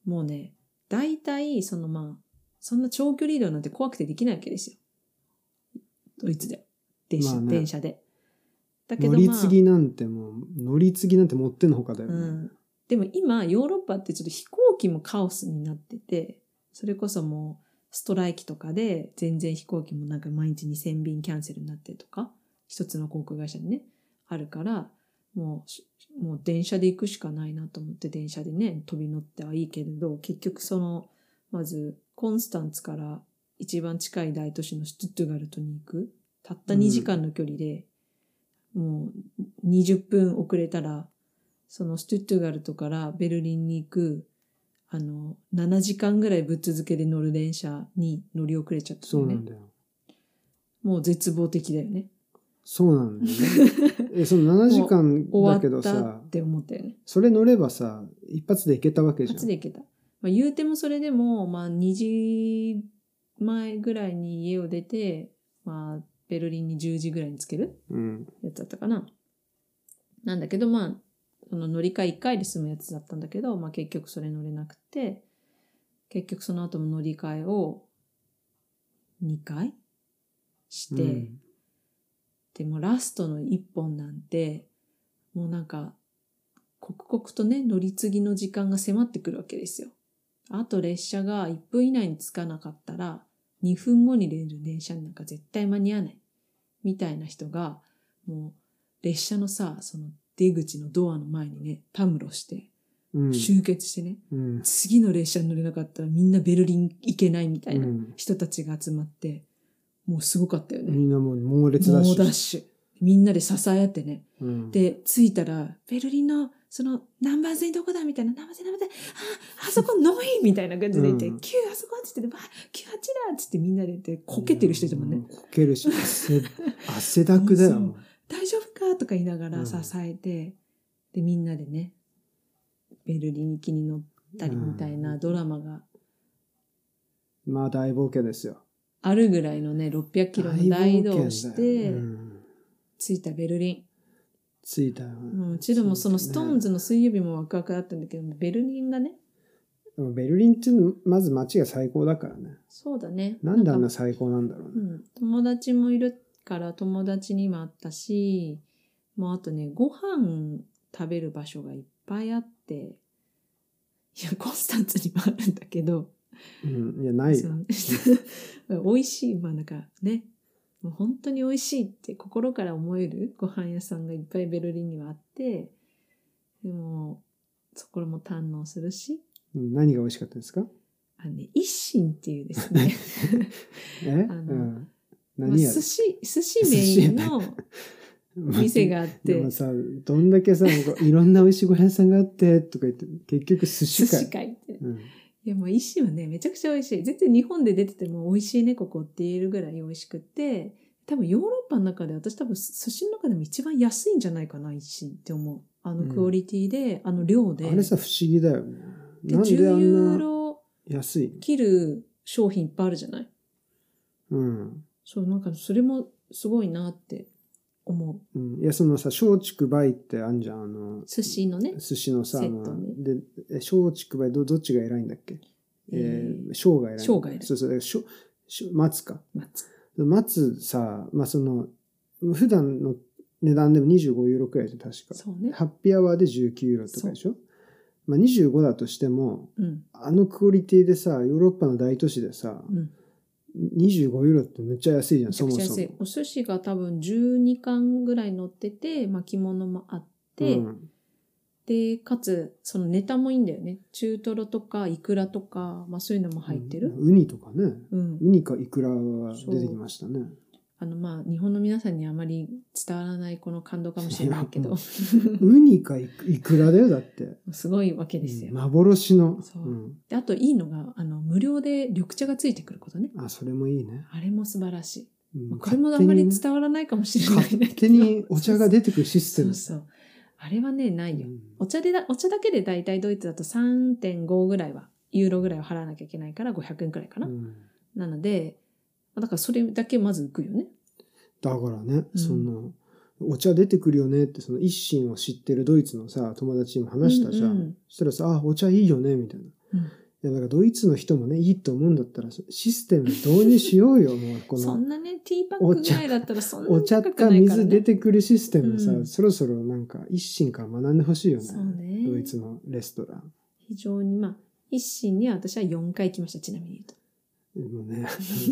[SPEAKER 2] もうね、大体、そのまあ、そんな長距離移動なんて怖くてできないわけですよ。ドイツで。電車、
[SPEAKER 1] まあね
[SPEAKER 2] 電車で。だけど
[SPEAKER 1] 乗
[SPEAKER 2] まあ、
[SPEAKER 1] り継ぎなんてもう、乗り継ぎなんてもってのほかだよ
[SPEAKER 2] う
[SPEAKER 1] ね。
[SPEAKER 2] ん。でも今、ヨーロッパってちょっと飛行機もカオスになってて、それこそもう、ストライキとかで、全然飛行機もなんか毎日2000便キャンセルになってとか、一つの航空会社にね、あるから、もうし、もう電車で行くしかないなと思って電車でね、飛び乗ってはいいけれど、結局その、まず、コンスタンツから一番近い大都市のシュトゥットガルトに行く、たった2時間の距離で、もう20分遅れたら、そのシュトゥットガルトからベルリンに行く、あの、7時間ぐらいぶっ続けで乗る電車に乗り遅れちゃった
[SPEAKER 1] そ
[SPEAKER 2] の
[SPEAKER 1] うな
[SPEAKER 2] ね
[SPEAKER 1] ん。だよ。
[SPEAKER 2] もう絶望的だよね。
[SPEAKER 1] そうなんだよ ね。え、その7時間だけ
[SPEAKER 2] 終わ
[SPEAKER 1] ど
[SPEAKER 2] った
[SPEAKER 1] さ
[SPEAKER 2] っ、て思ったよね。
[SPEAKER 1] それ乗ればさ、一発で行けたわけじゃん。
[SPEAKER 2] 初で行けた。まあ、言うてもそれでも、まあ、2時前ぐらいに家を出て、まあ、ベルリンに10時ぐらいにつける
[SPEAKER 1] うん。
[SPEAKER 2] やつだったかな。なんだけど、まあ、その乗り換え1回で済むやつだったんだけど、まあ結局それ乗れなくて、結局その後も乗り換えを2回して、
[SPEAKER 1] うん
[SPEAKER 2] でもラストの1本なんて、もうなんか、刻々とね、乗り継ぎの時間が迫ってくるわけですよ。あと列車が1分以内に着かなかったら、2分後に出る電車になんか絶対間に合わない。みたいな人が、もう、列車のさ、その出口のドアの前にね、たむろして、
[SPEAKER 1] うん。
[SPEAKER 2] 集結してね、
[SPEAKER 1] うん。
[SPEAKER 2] 次の列車に乗れなかったらみんなベルリン行けないみたいうなん人たちが集まって、もうすごかったよね。
[SPEAKER 1] みんなもう猛烈だし。
[SPEAKER 2] 猛ダッシュ。みんなで支え合ってね。
[SPEAKER 1] うん、
[SPEAKER 2] で、着いたら、ベルリンの、その、何番線どこだみたいな、何番線何番線、あ、あそこノイみたいな感じでいて、
[SPEAKER 1] うん
[SPEAKER 2] 9あそこっつって、わあ、9、8だっつってみんなで言って、こけてる人いたもんね
[SPEAKER 1] う。こけるし、汗、汗だくだよ。
[SPEAKER 2] そう
[SPEAKER 1] も
[SPEAKER 2] 大丈夫かとか言いなが
[SPEAKER 1] う
[SPEAKER 2] ら
[SPEAKER 1] ん
[SPEAKER 2] 支えて、で、みんなでね、ベルリン行きに乗ったりみたいなドラマが
[SPEAKER 1] うまあ大冒険ですよ。
[SPEAKER 2] あるぐらいのね、600キロの大移動をして、
[SPEAKER 1] うん
[SPEAKER 2] 着いたベルリン。
[SPEAKER 1] 着いたよ。
[SPEAKER 2] もううちでもその
[SPEAKER 1] そ
[SPEAKER 2] ス
[SPEAKER 1] う
[SPEAKER 2] ト
[SPEAKER 1] だね
[SPEAKER 2] ーンズの水曜日もワクワクだったんだけど、ベルリンがね、
[SPEAKER 1] でもベルリンってまず街が最高だからね。
[SPEAKER 2] そうだね。
[SPEAKER 1] なんであん
[SPEAKER 2] な
[SPEAKER 1] なん
[SPEAKER 2] か
[SPEAKER 1] 最高なんだろう
[SPEAKER 2] う
[SPEAKER 1] ね。
[SPEAKER 2] ん、友達もいるから友達にもあったし、もうあとね、ご飯食べる場所がいっぱいあって、いや、コンスタンツにもあるんだけど、
[SPEAKER 1] うん。いや、ない
[SPEAKER 2] そ
[SPEAKER 1] よ。
[SPEAKER 2] う 美味しい、まあなんかね、もう本当に美味しいって心から思えるご飯屋さんがいっぱいベルリンにはあって、でも、そこも堪能するし、
[SPEAKER 1] うん何が美味しかったですか
[SPEAKER 2] あのね、一心っていうですね、
[SPEAKER 1] え、う
[SPEAKER 2] あの
[SPEAKER 1] ん、
[SPEAKER 2] まあ
[SPEAKER 1] 何や
[SPEAKER 2] 寿司、寿司メインの店があっ
[SPEAKER 1] で
[SPEAKER 2] て
[SPEAKER 1] も、さ、どんだけさ、こういろんな美味しいご飯屋さんがあって、とか言って、結局寿
[SPEAKER 2] 寿
[SPEAKER 1] 司か
[SPEAKER 2] 司会って。いやもう一心はね、めちゃくちゃ美味しい。全然日本で出てても美味しいね、ここって言えるぐらい美味しくて、多分ヨーロッパの中で私多分寿司の中でも一番安いんじゃないかな、一心って思う。あのクオリティで、あの量で。
[SPEAKER 1] うん。あれさ、不思議だよね。
[SPEAKER 2] で
[SPEAKER 1] なん
[SPEAKER 2] 10
[SPEAKER 1] であ
[SPEAKER 2] ユー
[SPEAKER 1] んな
[SPEAKER 2] ロ
[SPEAKER 1] 安いの
[SPEAKER 2] 切る商品いっぱいあるじゃない
[SPEAKER 1] うん。
[SPEAKER 2] そう、なんかそれもすごいなって思う。
[SPEAKER 1] うん、いや、そのさ、松竹梅ってあんじゃん、あの、
[SPEAKER 2] 寿司のね。
[SPEAKER 1] 寿司のさ、あ
[SPEAKER 2] セ
[SPEAKER 1] の
[SPEAKER 2] ットね
[SPEAKER 1] で、え松竹梅ど、どっちが偉いんだっけえー、生が偉い。
[SPEAKER 2] 生が偉い
[SPEAKER 1] そうそう、だからしょしょ松か。
[SPEAKER 2] まあつ
[SPEAKER 1] 松さ、まあその、普段の値段でも25ユーロくらいで確か。
[SPEAKER 2] そうね。
[SPEAKER 1] ハッピーアワーで19ユーロとかでしょまあ25だとしても、
[SPEAKER 2] うん。
[SPEAKER 1] あのクオリティでさ、ヨーロッパの大都市でさ、
[SPEAKER 2] うん。
[SPEAKER 1] 25ユーロってめっちゃ安いじゃん、
[SPEAKER 2] めち
[SPEAKER 1] そ
[SPEAKER 2] ゃく
[SPEAKER 1] も
[SPEAKER 2] ちゃ
[SPEAKER 1] そ
[SPEAKER 2] 安い
[SPEAKER 1] も。。
[SPEAKER 2] お寿司が多分12貫ぐらい乗ってて、巻物もあって、
[SPEAKER 1] うん
[SPEAKER 2] で、かつ、そのネタもいいんだよね。中トロとか、イクラとか、まあそういうのも入ってる。
[SPEAKER 1] ウニとかね。
[SPEAKER 2] うん。
[SPEAKER 1] ウニかイクラが出てきましたね。
[SPEAKER 2] あの、まあ、日本の皆さんにあまり伝わらないこの感動かもしれないけ
[SPEAKER 1] いや
[SPEAKER 2] ど、
[SPEAKER 1] ウニかイクイクラだよ、だって。
[SPEAKER 2] すごいわけですよ。
[SPEAKER 1] 幻の。
[SPEAKER 2] そうんであといいのが、あの、無料で緑茶がついてくることね。
[SPEAKER 1] あ、それもいいね。
[SPEAKER 2] あれも素晴らしい。
[SPEAKER 1] うん
[SPEAKER 2] これもあんまり
[SPEAKER 1] 勝手にね
[SPEAKER 2] 伝わらないかもしれないんだ
[SPEAKER 1] 勝
[SPEAKER 2] け
[SPEAKER 1] 手
[SPEAKER 2] ど
[SPEAKER 1] にお茶が出てくるシステ
[SPEAKER 2] そう
[SPEAKER 1] ム。
[SPEAKER 2] そう。あれはね、ないよ
[SPEAKER 1] う。ん
[SPEAKER 2] お茶でだ、お茶だけでだいたいドイツだと3.5ぐらいは、ユーロぐらいは払わなきゃいけないから500円くらいかな。
[SPEAKER 1] うん
[SPEAKER 2] なので、だからそれだけまず浮くよね。
[SPEAKER 1] だからね、
[SPEAKER 2] うん
[SPEAKER 1] その、お茶出てくるよねって、その一心を知ってるドイツのさ、友達にも話したじゃん。
[SPEAKER 2] うんうん
[SPEAKER 1] そしたらさ、あ、お茶いいよね、みたいな。
[SPEAKER 2] うん
[SPEAKER 1] いや、だからドイツの人もね、いいと思うんだったら、そシステム導入しようよ、もう、こ
[SPEAKER 2] そ
[SPEAKER 1] の。
[SPEAKER 2] んなね、ティーパックぐらいだったらそんな
[SPEAKER 1] お
[SPEAKER 2] に
[SPEAKER 1] 茶
[SPEAKER 2] 高く
[SPEAKER 1] か
[SPEAKER 2] ないから、ね。
[SPEAKER 1] 水出てくるシステムさ、
[SPEAKER 2] うん
[SPEAKER 1] そろそろなんか一心から学んでほしいよね。
[SPEAKER 2] そうね。
[SPEAKER 1] ドイツのレストラン。
[SPEAKER 2] 非常に、まあ、一心には私は4回行きました、ちなみに言うと。
[SPEAKER 1] もう ね、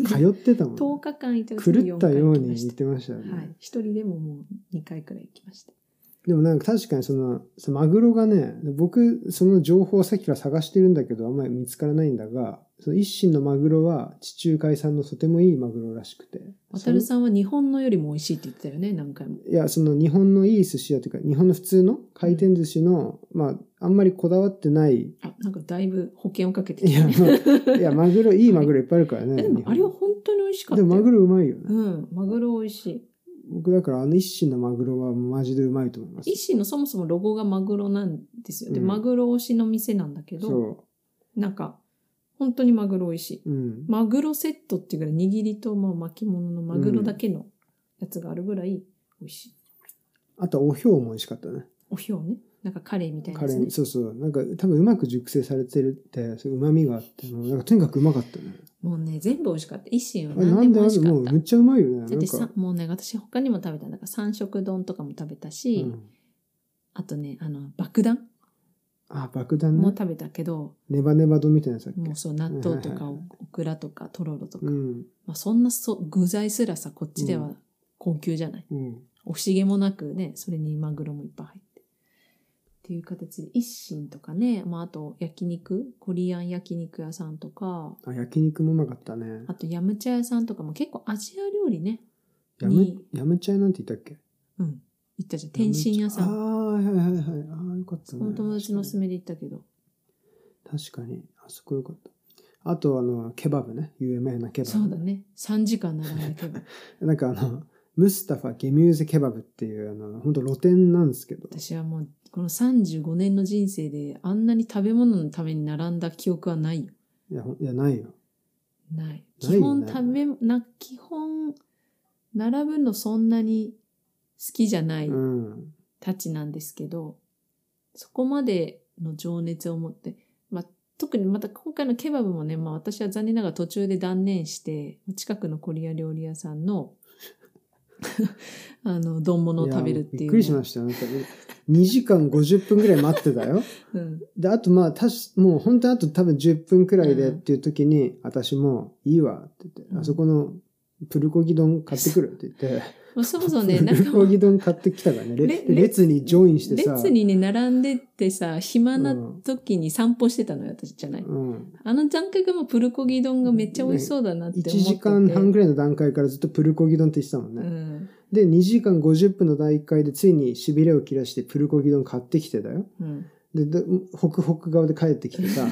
[SPEAKER 1] 通ってたもん、
[SPEAKER 2] 10日間いたうちに
[SPEAKER 1] 狂
[SPEAKER 2] 4
[SPEAKER 1] った
[SPEAKER 2] 回
[SPEAKER 1] よう
[SPEAKER 2] 行き
[SPEAKER 1] に
[SPEAKER 2] まし。
[SPEAKER 1] 言ったてましたよね。
[SPEAKER 2] はい。一人でももう2回くらい行きました。
[SPEAKER 1] でもなんか確かにその、そのマグロがね、僕、その情報をさっきから探してるんだけど、あんまり見つからないんだが、その一心のマグロは地中海産のとてもいいマグロらしくて。
[SPEAKER 2] 渡るさんは日本のよりも美味しいって言ってたよね、何回も。
[SPEAKER 1] そのいや、その日本のいい寿司屋というか、日本の普通の回転寿司の、まあ、あんまりこだわってない、
[SPEAKER 2] あ、なんかだいぶ保険をかけて
[SPEAKER 1] いや、
[SPEAKER 2] ね
[SPEAKER 1] まあ、いや、マグロ、いいマグロいっぱいあるからね。
[SPEAKER 2] えでもあれは本当に美味しかった
[SPEAKER 1] で
[SPEAKER 2] よ。
[SPEAKER 1] もマグロうまいよね。
[SPEAKER 2] うん、マグロ美味しい。
[SPEAKER 1] 僕だからあの一心のマグロはマジでうまいと思います。
[SPEAKER 2] 一心のそもそもロゴがマグロなんですよ。で、
[SPEAKER 1] うん
[SPEAKER 2] マグロ推しの店なんだけど、
[SPEAKER 1] そ
[SPEAKER 2] なんか、本当にマグロ美味しい。
[SPEAKER 1] うん。
[SPEAKER 2] マグロセットっていうぐらい、握りとまあ巻物のマグロだけのやつがあるぐらい美味しい。
[SPEAKER 1] あと、お表も美味しかったね。
[SPEAKER 2] おひょうね。なんかカレーみたいな
[SPEAKER 1] カ
[SPEAKER 2] や
[SPEAKER 1] レ
[SPEAKER 2] つ
[SPEAKER 1] ー、
[SPEAKER 2] ね。
[SPEAKER 1] そうそう。なんか、多分うまく熟成されてるって、そうまみがあって、もうなんかとにかくうまかったね。
[SPEAKER 2] もうね、全部美味しかった。一心は
[SPEAKER 1] あれなん
[SPEAKER 2] 何で
[SPEAKER 1] で
[SPEAKER 2] も
[SPEAKER 1] あ
[SPEAKER 2] 美味
[SPEAKER 1] る
[SPEAKER 2] しか
[SPEAKER 1] もう
[SPEAKER 2] った。
[SPEAKER 1] めっちゃうまいよね。
[SPEAKER 2] だ
[SPEAKER 1] な
[SPEAKER 2] っ
[SPEAKER 1] ん
[SPEAKER 2] て
[SPEAKER 1] か
[SPEAKER 2] さ、、もうね、私他にも食べた。なんか三色丼とかも食べた
[SPEAKER 1] う
[SPEAKER 2] し、
[SPEAKER 1] ん、
[SPEAKER 2] あとね、あの、爆弾
[SPEAKER 1] あ、爆弾
[SPEAKER 2] も
[SPEAKER 1] ね。
[SPEAKER 2] 食べたけど、
[SPEAKER 1] ネバネバ丼みたいなやつだっけ。
[SPEAKER 2] もうそう、納豆とか
[SPEAKER 1] はいはいは
[SPEAKER 2] オ
[SPEAKER 1] い
[SPEAKER 2] クラとかとろろとか、
[SPEAKER 1] うん。
[SPEAKER 2] まあそんなそ具材すらさ、こっちでは高級じゃない。
[SPEAKER 1] うん。
[SPEAKER 2] 惜しげもなくね、それにマグロもいっぱい入って。っていう形で、一心とかね、まああと焼肉、コリアン焼肉屋さんとか、
[SPEAKER 1] あ、焼肉もうまかったね。
[SPEAKER 2] あとヤムチャ屋さんとかも結構アジア料理ね、
[SPEAKER 1] やむ
[SPEAKER 2] に、
[SPEAKER 1] やむちゃいなんて言ったっけ
[SPEAKER 2] うん、行ったじゃん。天津屋さ
[SPEAKER 1] あ
[SPEAKER 2] ん。
[SPEAKER 1] あー、はいはいはい。ああ、よかった
[SPEAKER 2] そ
[SPEAKER 1] ね。
[SPEAKER 2] この友達のおすすめで行ったけど。
[SPEAKER 1] 確かに。あそこよかった。あと、あの、ケバブね。有名なケバブ。
[SPEAKER 2] そうだね。3時間並んだけ ど。
[SPEAKER 1] なんかあの、ムスタファ・ゲミューゼ・ケバブっていう、あの、本当露店なんですけど、
[SPEAKER 2] 私はもう、この35年の人生で、あんなに食べ物のために並んだ記憶はないよ。
[SPEAKER 1] いや、ほんいやないよ。
[SPEAKER 2] ない。
[SPEAKER 1] ない
[SPEAKER 2] 基
[SPEAKER 1] よ
[SPEAKER 2] 本
[SPEAKER 1] ね
[SPEAKER 2] 食べ、な、基本、並ぶのそんなに好きじゃない
[SPEAKER 1] うん。
[SPEAKER 2] たちなんですけど、そこまでの情熱を持って、まあ、特にまた今回のケバブもね、まあ私は残念ながら途中で断念して、近くのコリア料理屋さんの、 あの、丼物を食べるって
[SPEAKER 1] やびっ
[SPEAKER 2] いう
[SPEAKER 1] く
[SPEAKER 2] ね、
[SPEAKER 1] りしましたよ。なんか2時間50分ぐらい待ってた よ。
[SPEAKER 2] うん。
[SPEAKER 1] で、あとまあ、たし、もう本当にあと多分10分くらいでっていう時に、私もういいわって言って、
[SPEAKER 2] うん
[SPEAKER 1] あそこのプルコギ丼買ってくるって言って、
[SPEAKER 2] まあそもそも ね、
[SPEAKER 1] プ
[SPEAKER 2] なんか
[SPEAKER 1] ル
[SPEAKER 2] も
[SPEAKER 1] コ
[SPEAKER 2] う
[SPEAKER 1] ギ丼買ってきたからね、
[SPEAKER 2] れ
[SPEAKER 1] 列
[SPEAKER 2] れ
[SPEAKER 1] 列にジョインしてさ、
[SPEAKER 2] 列にね、並んでってさ、暇な
[SPEAKER 1] うん
[SPEAKER 2] 時に散歩してたのよ、私じゃない。
[SPEAKER 1] うん、
[SPEAKER 2] あの残角もプルコギ丼がめっちゃ美味しそうだなって
[SPEAKER 1] 1
[SPEAKER 2] 思ってて。
[SPEAKER 1] 時間半ぐらいの段階からずっとプルコギ丼って言ってたもんね。
[SPEAKER 2] うん。
[SPEAKER 1] で、2時間50分の大会でついに痺れを切らしてプルコギ丼買ってきてだよ。
[SPEAKER 2] うん。
[SPEAKER 1] で、でホクホク顔で帰ってきて さ、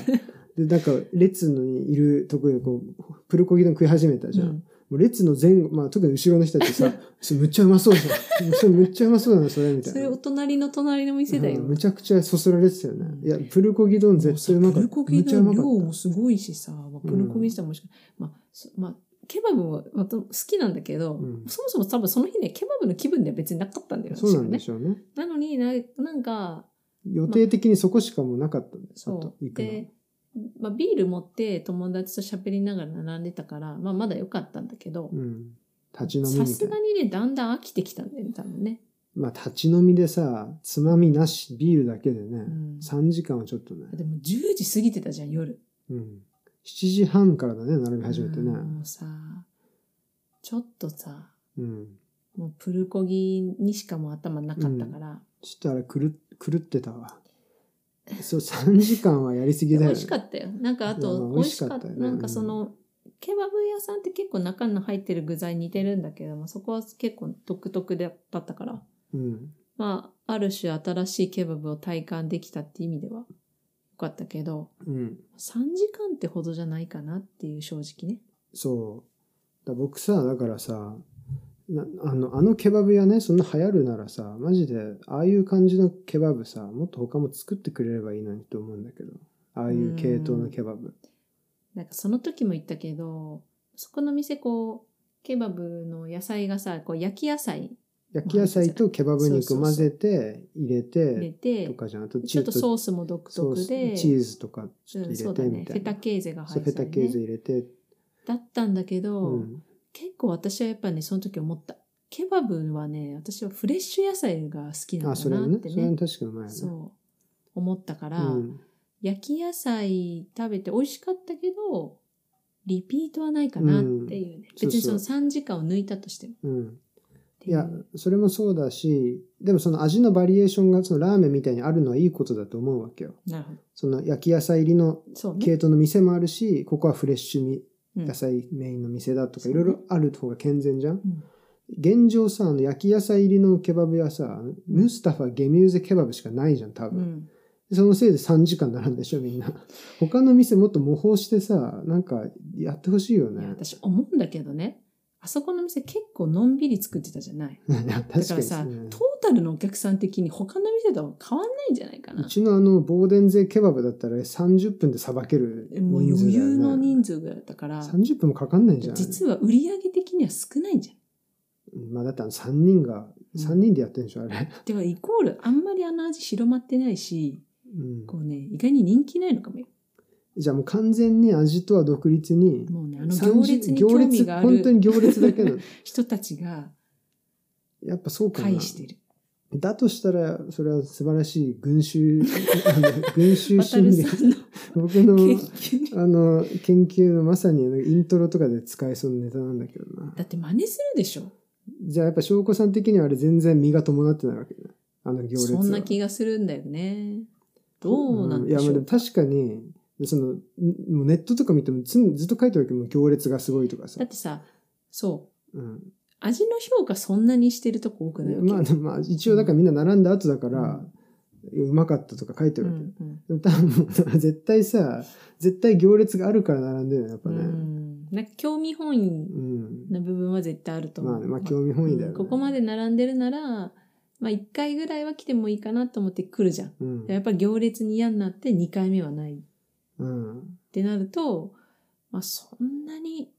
[SPEAKER 1] で、なんか、列のにいるとこでこう、プルコギ丼食い始めたじゃん。
[SPEAKER 2] うん
[SPEAKER 1] もう列の前後、まあ特に後ろの人たち さ、それむっちゃうまそうじゃん。それむっちゃうまそうだな、それ、みたい
[SPEAKER 2] そ
[SPEAKER 1] な。
[SPEAKER 2] れお隣の隣の店だよ。
[SPEAKER 1] うんむちゃくちゃそそられてたよね。
[SPEAKER 2] う
[SPEAKER 1] い
[SPEAKER 2] ん
[SPEAKER 1] や、プルコギ丼絶対うまか
[SPEAKER 2] プ
[SPEAKER 1] っ
[SPEAKER 2] ル
[SPEAKER 1] た。
[SPEAKER 2] コ
[SPEAKER 1] む
[SPEAKER 2] ギ
[SPEAKER 1] っちゃう
[SPEAKER 2] の
[SPEAKER 1] まか
[SPEAKER 2] 量
[SPEAKER 1] っ
[SPEAKER 2] もすごいしさ、まあプルコギ自体もしか、まあ、そまあ、ケバブはまた好きなんだけど、
[SPEAKER 1] うん
[SPEAKER 2] そもそも多分その日ね、ケバブの気分では別になかったんだよ
[SPEAKER 1] た。そうなんで
[SPEAKER 2] 私
[SPEAKER 1] しょうね。
[SPEAKER 2] はね。なのにな、なんか、
[SPEAKER 1] 予定的にそこしかもうなかったんです。あと
[SPEAKER 2] そう。
[SPEAKER 1] 行くの。
[SPEAKER 2] で、まあ、ビール持って友達と喋りながら並んでたから、まあ、まだ良かったんだけど、
[SPEAKER 1] うん。立ち飲みみた
[SPEAKER 2] さ
[SPEAKER 1] いな。
[SPEAKER 2] すがにね、だんだん飽きてきたんだよね、多分ね。
[SPEAKER 1] まあ、立ち飲みでさ、つまみなし、ビールだけでね
[SPEAKER 2] う、ん、
[SPEAKER 1] 3時間はちょっとね、
[SPEAKER 2] でも10時過ぎてたじゃん、夜。
[SPEAKER 1] うん。7時半からだね、並び始めてね。
[SPEAKER 2] うんもうさ、ちょっとさ、
[SPEAKER 1] うん。
[SPEAKER 2] もうプルコギにしかもう頭なかったから、
[SPEAKER 1] ちょっとあれ、狂っ狂ってたわ。そう、3時間はやりすぎだ
[SPEAKER 2] 美
[SPEAKER 1] よね。
[SPEAKER 2] 味しかったよ。なんかあ
[SPEAKER 1] いや
[SPEAKER 2] と、
[SPEAKER 1] まあ
[SPEAKER 2] 美味しかっ
[SPEAKER 1] 美味
[SPEAKER 2] た。
[SPEAKER 1] しかったよね
[SPEAKER 2] なんかその、ケバブ屋さんって結構中の入ってる具材似てるんだけども、そこは結構独特だったから、
[SPEAKER 1] うん。
[SPEAKER 2] まあ、ある種新しいケバブを体感できたって意味ではよかったけど、
[SPEAKER 1] うん。
[SPEAKER 2] 3時間ってほどじゃないかなっていう正直ね。
[SPEAKER 1] そう。だ僕さ、だからさ、なあの、あのケバブ屋ね、そんな流行るならさ、マジで、ああいう感じのケバブさ、もっと他も作ってくれればいいのにと思うんだけど。ああいう系統のケバブ。
[SPEAKER 2] なんかその時も言ったけど、そこの店こう、ケバブの野菜がさ、こう焼き野菜
[SPEAKER 1] 焼き野菜とケバブ肉混ぜて、入れ
[SPEAKER 2] 入れ
[SPEAKER 1] て、
[SPEAKER 2] て
[SPEAKER 1] と、かじゃん。あと、
[SPEAKER 2] ちょっとソースも独
[SPEAKER 1] ソー
[SPEAKER 2] 特
[SPEAKER 1] ス
[SPEAKER 2] で、
[SPEAKER 1] チーズとかちょっ
[SPEAKER 2] う
[SPEAKER 1] と
[SPEAKER 2] ん、
[SPEAKER 1] 入
[SPEAKER 2] そう
[SPEAKER 1] れ
[SPEAKER 2] だ
[SPEAKER 1] てみ
[SPEAKER 2] ね。
[SPEAKER 1] た
[SPEAKER 2] フ
[SPEAKER 1] い
[SPEAKER 2] ェ
[SPEAKER 1] な。
[SPEAKER 2] タケーゼが
[SPEAKER 1] そ
[SPEAKER 2] 入
[SPEAKER 1] う
[SPEAKER 2] っ
[SPEAKER 1] フ
[SPEAKER 2] て
[SPEAKER 1] ェ
[SPEAKER 2] た、
[SPEAKER 1] タ
[SPEAKER 2] ね、
[SPEAKER 1] ケーゼ入れて、
[SPEAKER 2] だったんだけど、
[SPEAKER 1] うん
[SPEAKER 2] 結構私はやっぱね、その時思った。ケバブはね、私はフレッシュ野菜が好きなん
[SPEAKER 1] あ、
[SPEAKER 2] だ
[SPEAKER 1] それは
[SPEAKER 2] なっ
[SPEAKER 1] ね。
[SPEAKER 2] て
[SPEAKER 1] それは
[SPEAKER 2] ね。
[SPEAKER 1] 確かにうまいよね。
[SPEAKER 2] そう。思ったから、
[SPEAKER 1] うん。
[SPEAKER 2] 焼き野菜食べて美味しかったけど、リピートはないかなっていうね。
[SPEAKER 1] うん
[SPEAKER 2] 別にその
[SPEAKER 1] そ
[SPEAKER 2] 3時間を抜いたとしても。
[SPEAKER 1] うん。
[SPEAKER 2] って
[SPEAKER 1] い
[SPEAKER 2] いう
[SPEAKER 1] や、それもそうだし、でもその味のバリエーションがそのラーメンみたいにあるのはいいことだと思うわけよ。
[SPEAKER 2] なるほど。
[SPEAKER 1] その焼き野菜入りの
[SPEAKER 2] そうね。
[SPEAKER 1] 系統の店もあるし、ここはフレッシュみ
[SPEAKER 2] うん
[SPEAKER 1] 野菜メインの店だとか、
[SPEAKER 2] う
[SPEAKER 1] い
[SPEAKER 2] ん
[SPEAKER 1] ろいろある方が健全じゃん
[SPEAKER 2] うん。
[SPEAKER 1] 現状さ、あの焼き野菜入りのケバブ屋さ、ムスタファ・ゲミューゼ・ケバブしかないじゃん、多
[SPEAKER 2] う
[SPEAKER 1] 分。
[SPEAKER 2] ん。
[SPEAKER 1] そのせいで3時間並んでしょ、みんな。 他の店もっと模倣してさ、なんかやってほしいよ
[SPEAKER 2] いや、
[SPEAKER 1] ね。
[SPEAKER 2] 私思うんだけどね。あそこの店結構のんびり作ってたじゃない。
[SPEAKER 1] いや
[SPEAKER 2] だ
[SPEAKER 1] 確
[SPEAKER 2] か
[SPEAKER 1] からに
[SPEAKER 2] さ、
[SPEAKER 1] さ、
[SPEAKER 2] トータルのお客さん的に他の店とは変わんないんじゃないか
[SPEAKER 1] う
[SPEAKER 2] な。
[SPEAKER 1] ちのあの、ボーデンゼケバブだったら30分でさばける
[SPEAKER 2] もう
[SPEAKER 1] 人数
[SPEAKER 2] 余
[SPEAKER 1] だ
[SPEAKER 2] 裕
[SPEAKER 1] よ
[SPEAKER 2] の
[SPEAKER 1] ね。
[SPEAKER 2] 人数がだったから、
[SPEAKER 1] 30分もかかんないんじゃない
[SPEAKER 2] 実は売り上げ的には少ないんじゃん。
[SPEAKER 1] まあだってあの3人が、3人でやってるんでしょ、あれ。
[SPEAKER 2] だからイコールあんまりあの味広まってないし、
[SPEAKER 1] うん
[SPEAKER 2] こうね、意外に人気ないのかもよ。
[SPEAKER 1] じゃあもう完全に味とは独立に、
[SPEAKER 2] もうね、あの
[SPEAKER 1] 30
[SPEAKER 2] 行列に興味があ
[SPEAKER 1] 行列本当に
[SPEAKER 2] る
[SPEAKER 1] 行列だけの。
[SPEAKER 2] 人たちが
[SPEAKER 1] やっぱそうかな
[SPEAKER 2] 介。してる。
[SPEAKER 1] だとしたら、それは素晴らしい群衆、 あの群衆
[SPEAKER 2] 渡さ
[SPEAKER 1] 心理。
[SPEAKER 2] んの
[SPEAKER 1] 僕の
[SPEAKER 2] 研、究に
[SPEAKER 1] あの、研究のまさにあのイントロとかで使えそうなネタなんだけどな。
[SPEAKER 2] だって真似するでしょ。
[SPEAKER 1] じゃあやっぱ翔子さん的にはあれ全然身が伴ってないわけね。あの行列
[SPEAKER 2] そ
[SPEAKER 1] は。
[SPEAKER 2] んな気がするんだよね。どうなん
[SPEAKER 1] い
[SPEAKER 2] で
[SPEAKER 1] や、
[SPEAKER 2] し
[SPEAKER 1] まあ
[SPEAKER 2] ょう。
[SPEAKER 1] でも確かに、その、んもうネットとか見てもずずっと書いてあるけど、もう行列がすごいとかさ
[SPEAKER 2] だっ。てさ、そう、
[SPEAKER 1] うん。
[SPEAKER 2] 味の評価そんなにしてるとこ多くないわけ。
[SPEAKER 1] まあでもまあ一応だからみんな並んだ後だから、うまかったとか書いて
[SPEAKER 2] う
[SPEAKER 1] るわけ。
[SPEAKER 2] んうん
[SPEAKER 1] でも多分、絶対さ、絶対行列があるから並んでるよね、やっぱ
[SPEAKER 2] う
[SPEAKER 1] ね。
[SPEAKER 2] んなんか興味本位
[SPEAKER 1] うん。
[SPEAKER 2] な部分は絶対あると思う。
[SPEAKER 1] まあね、まあ興味本位だよね。
[SPEAKER 2] うんここまで並んでるなら、まあ1回ぐらいは来てもいいかなと思って来るじゃん。
[SPEAKER 1] うん。
[SPEAKER 2] やっぱり行列に嫌になって2回目はないっ
[SPEAKER 1] うん。
[SPEAKER 2] てなると、まあそんなに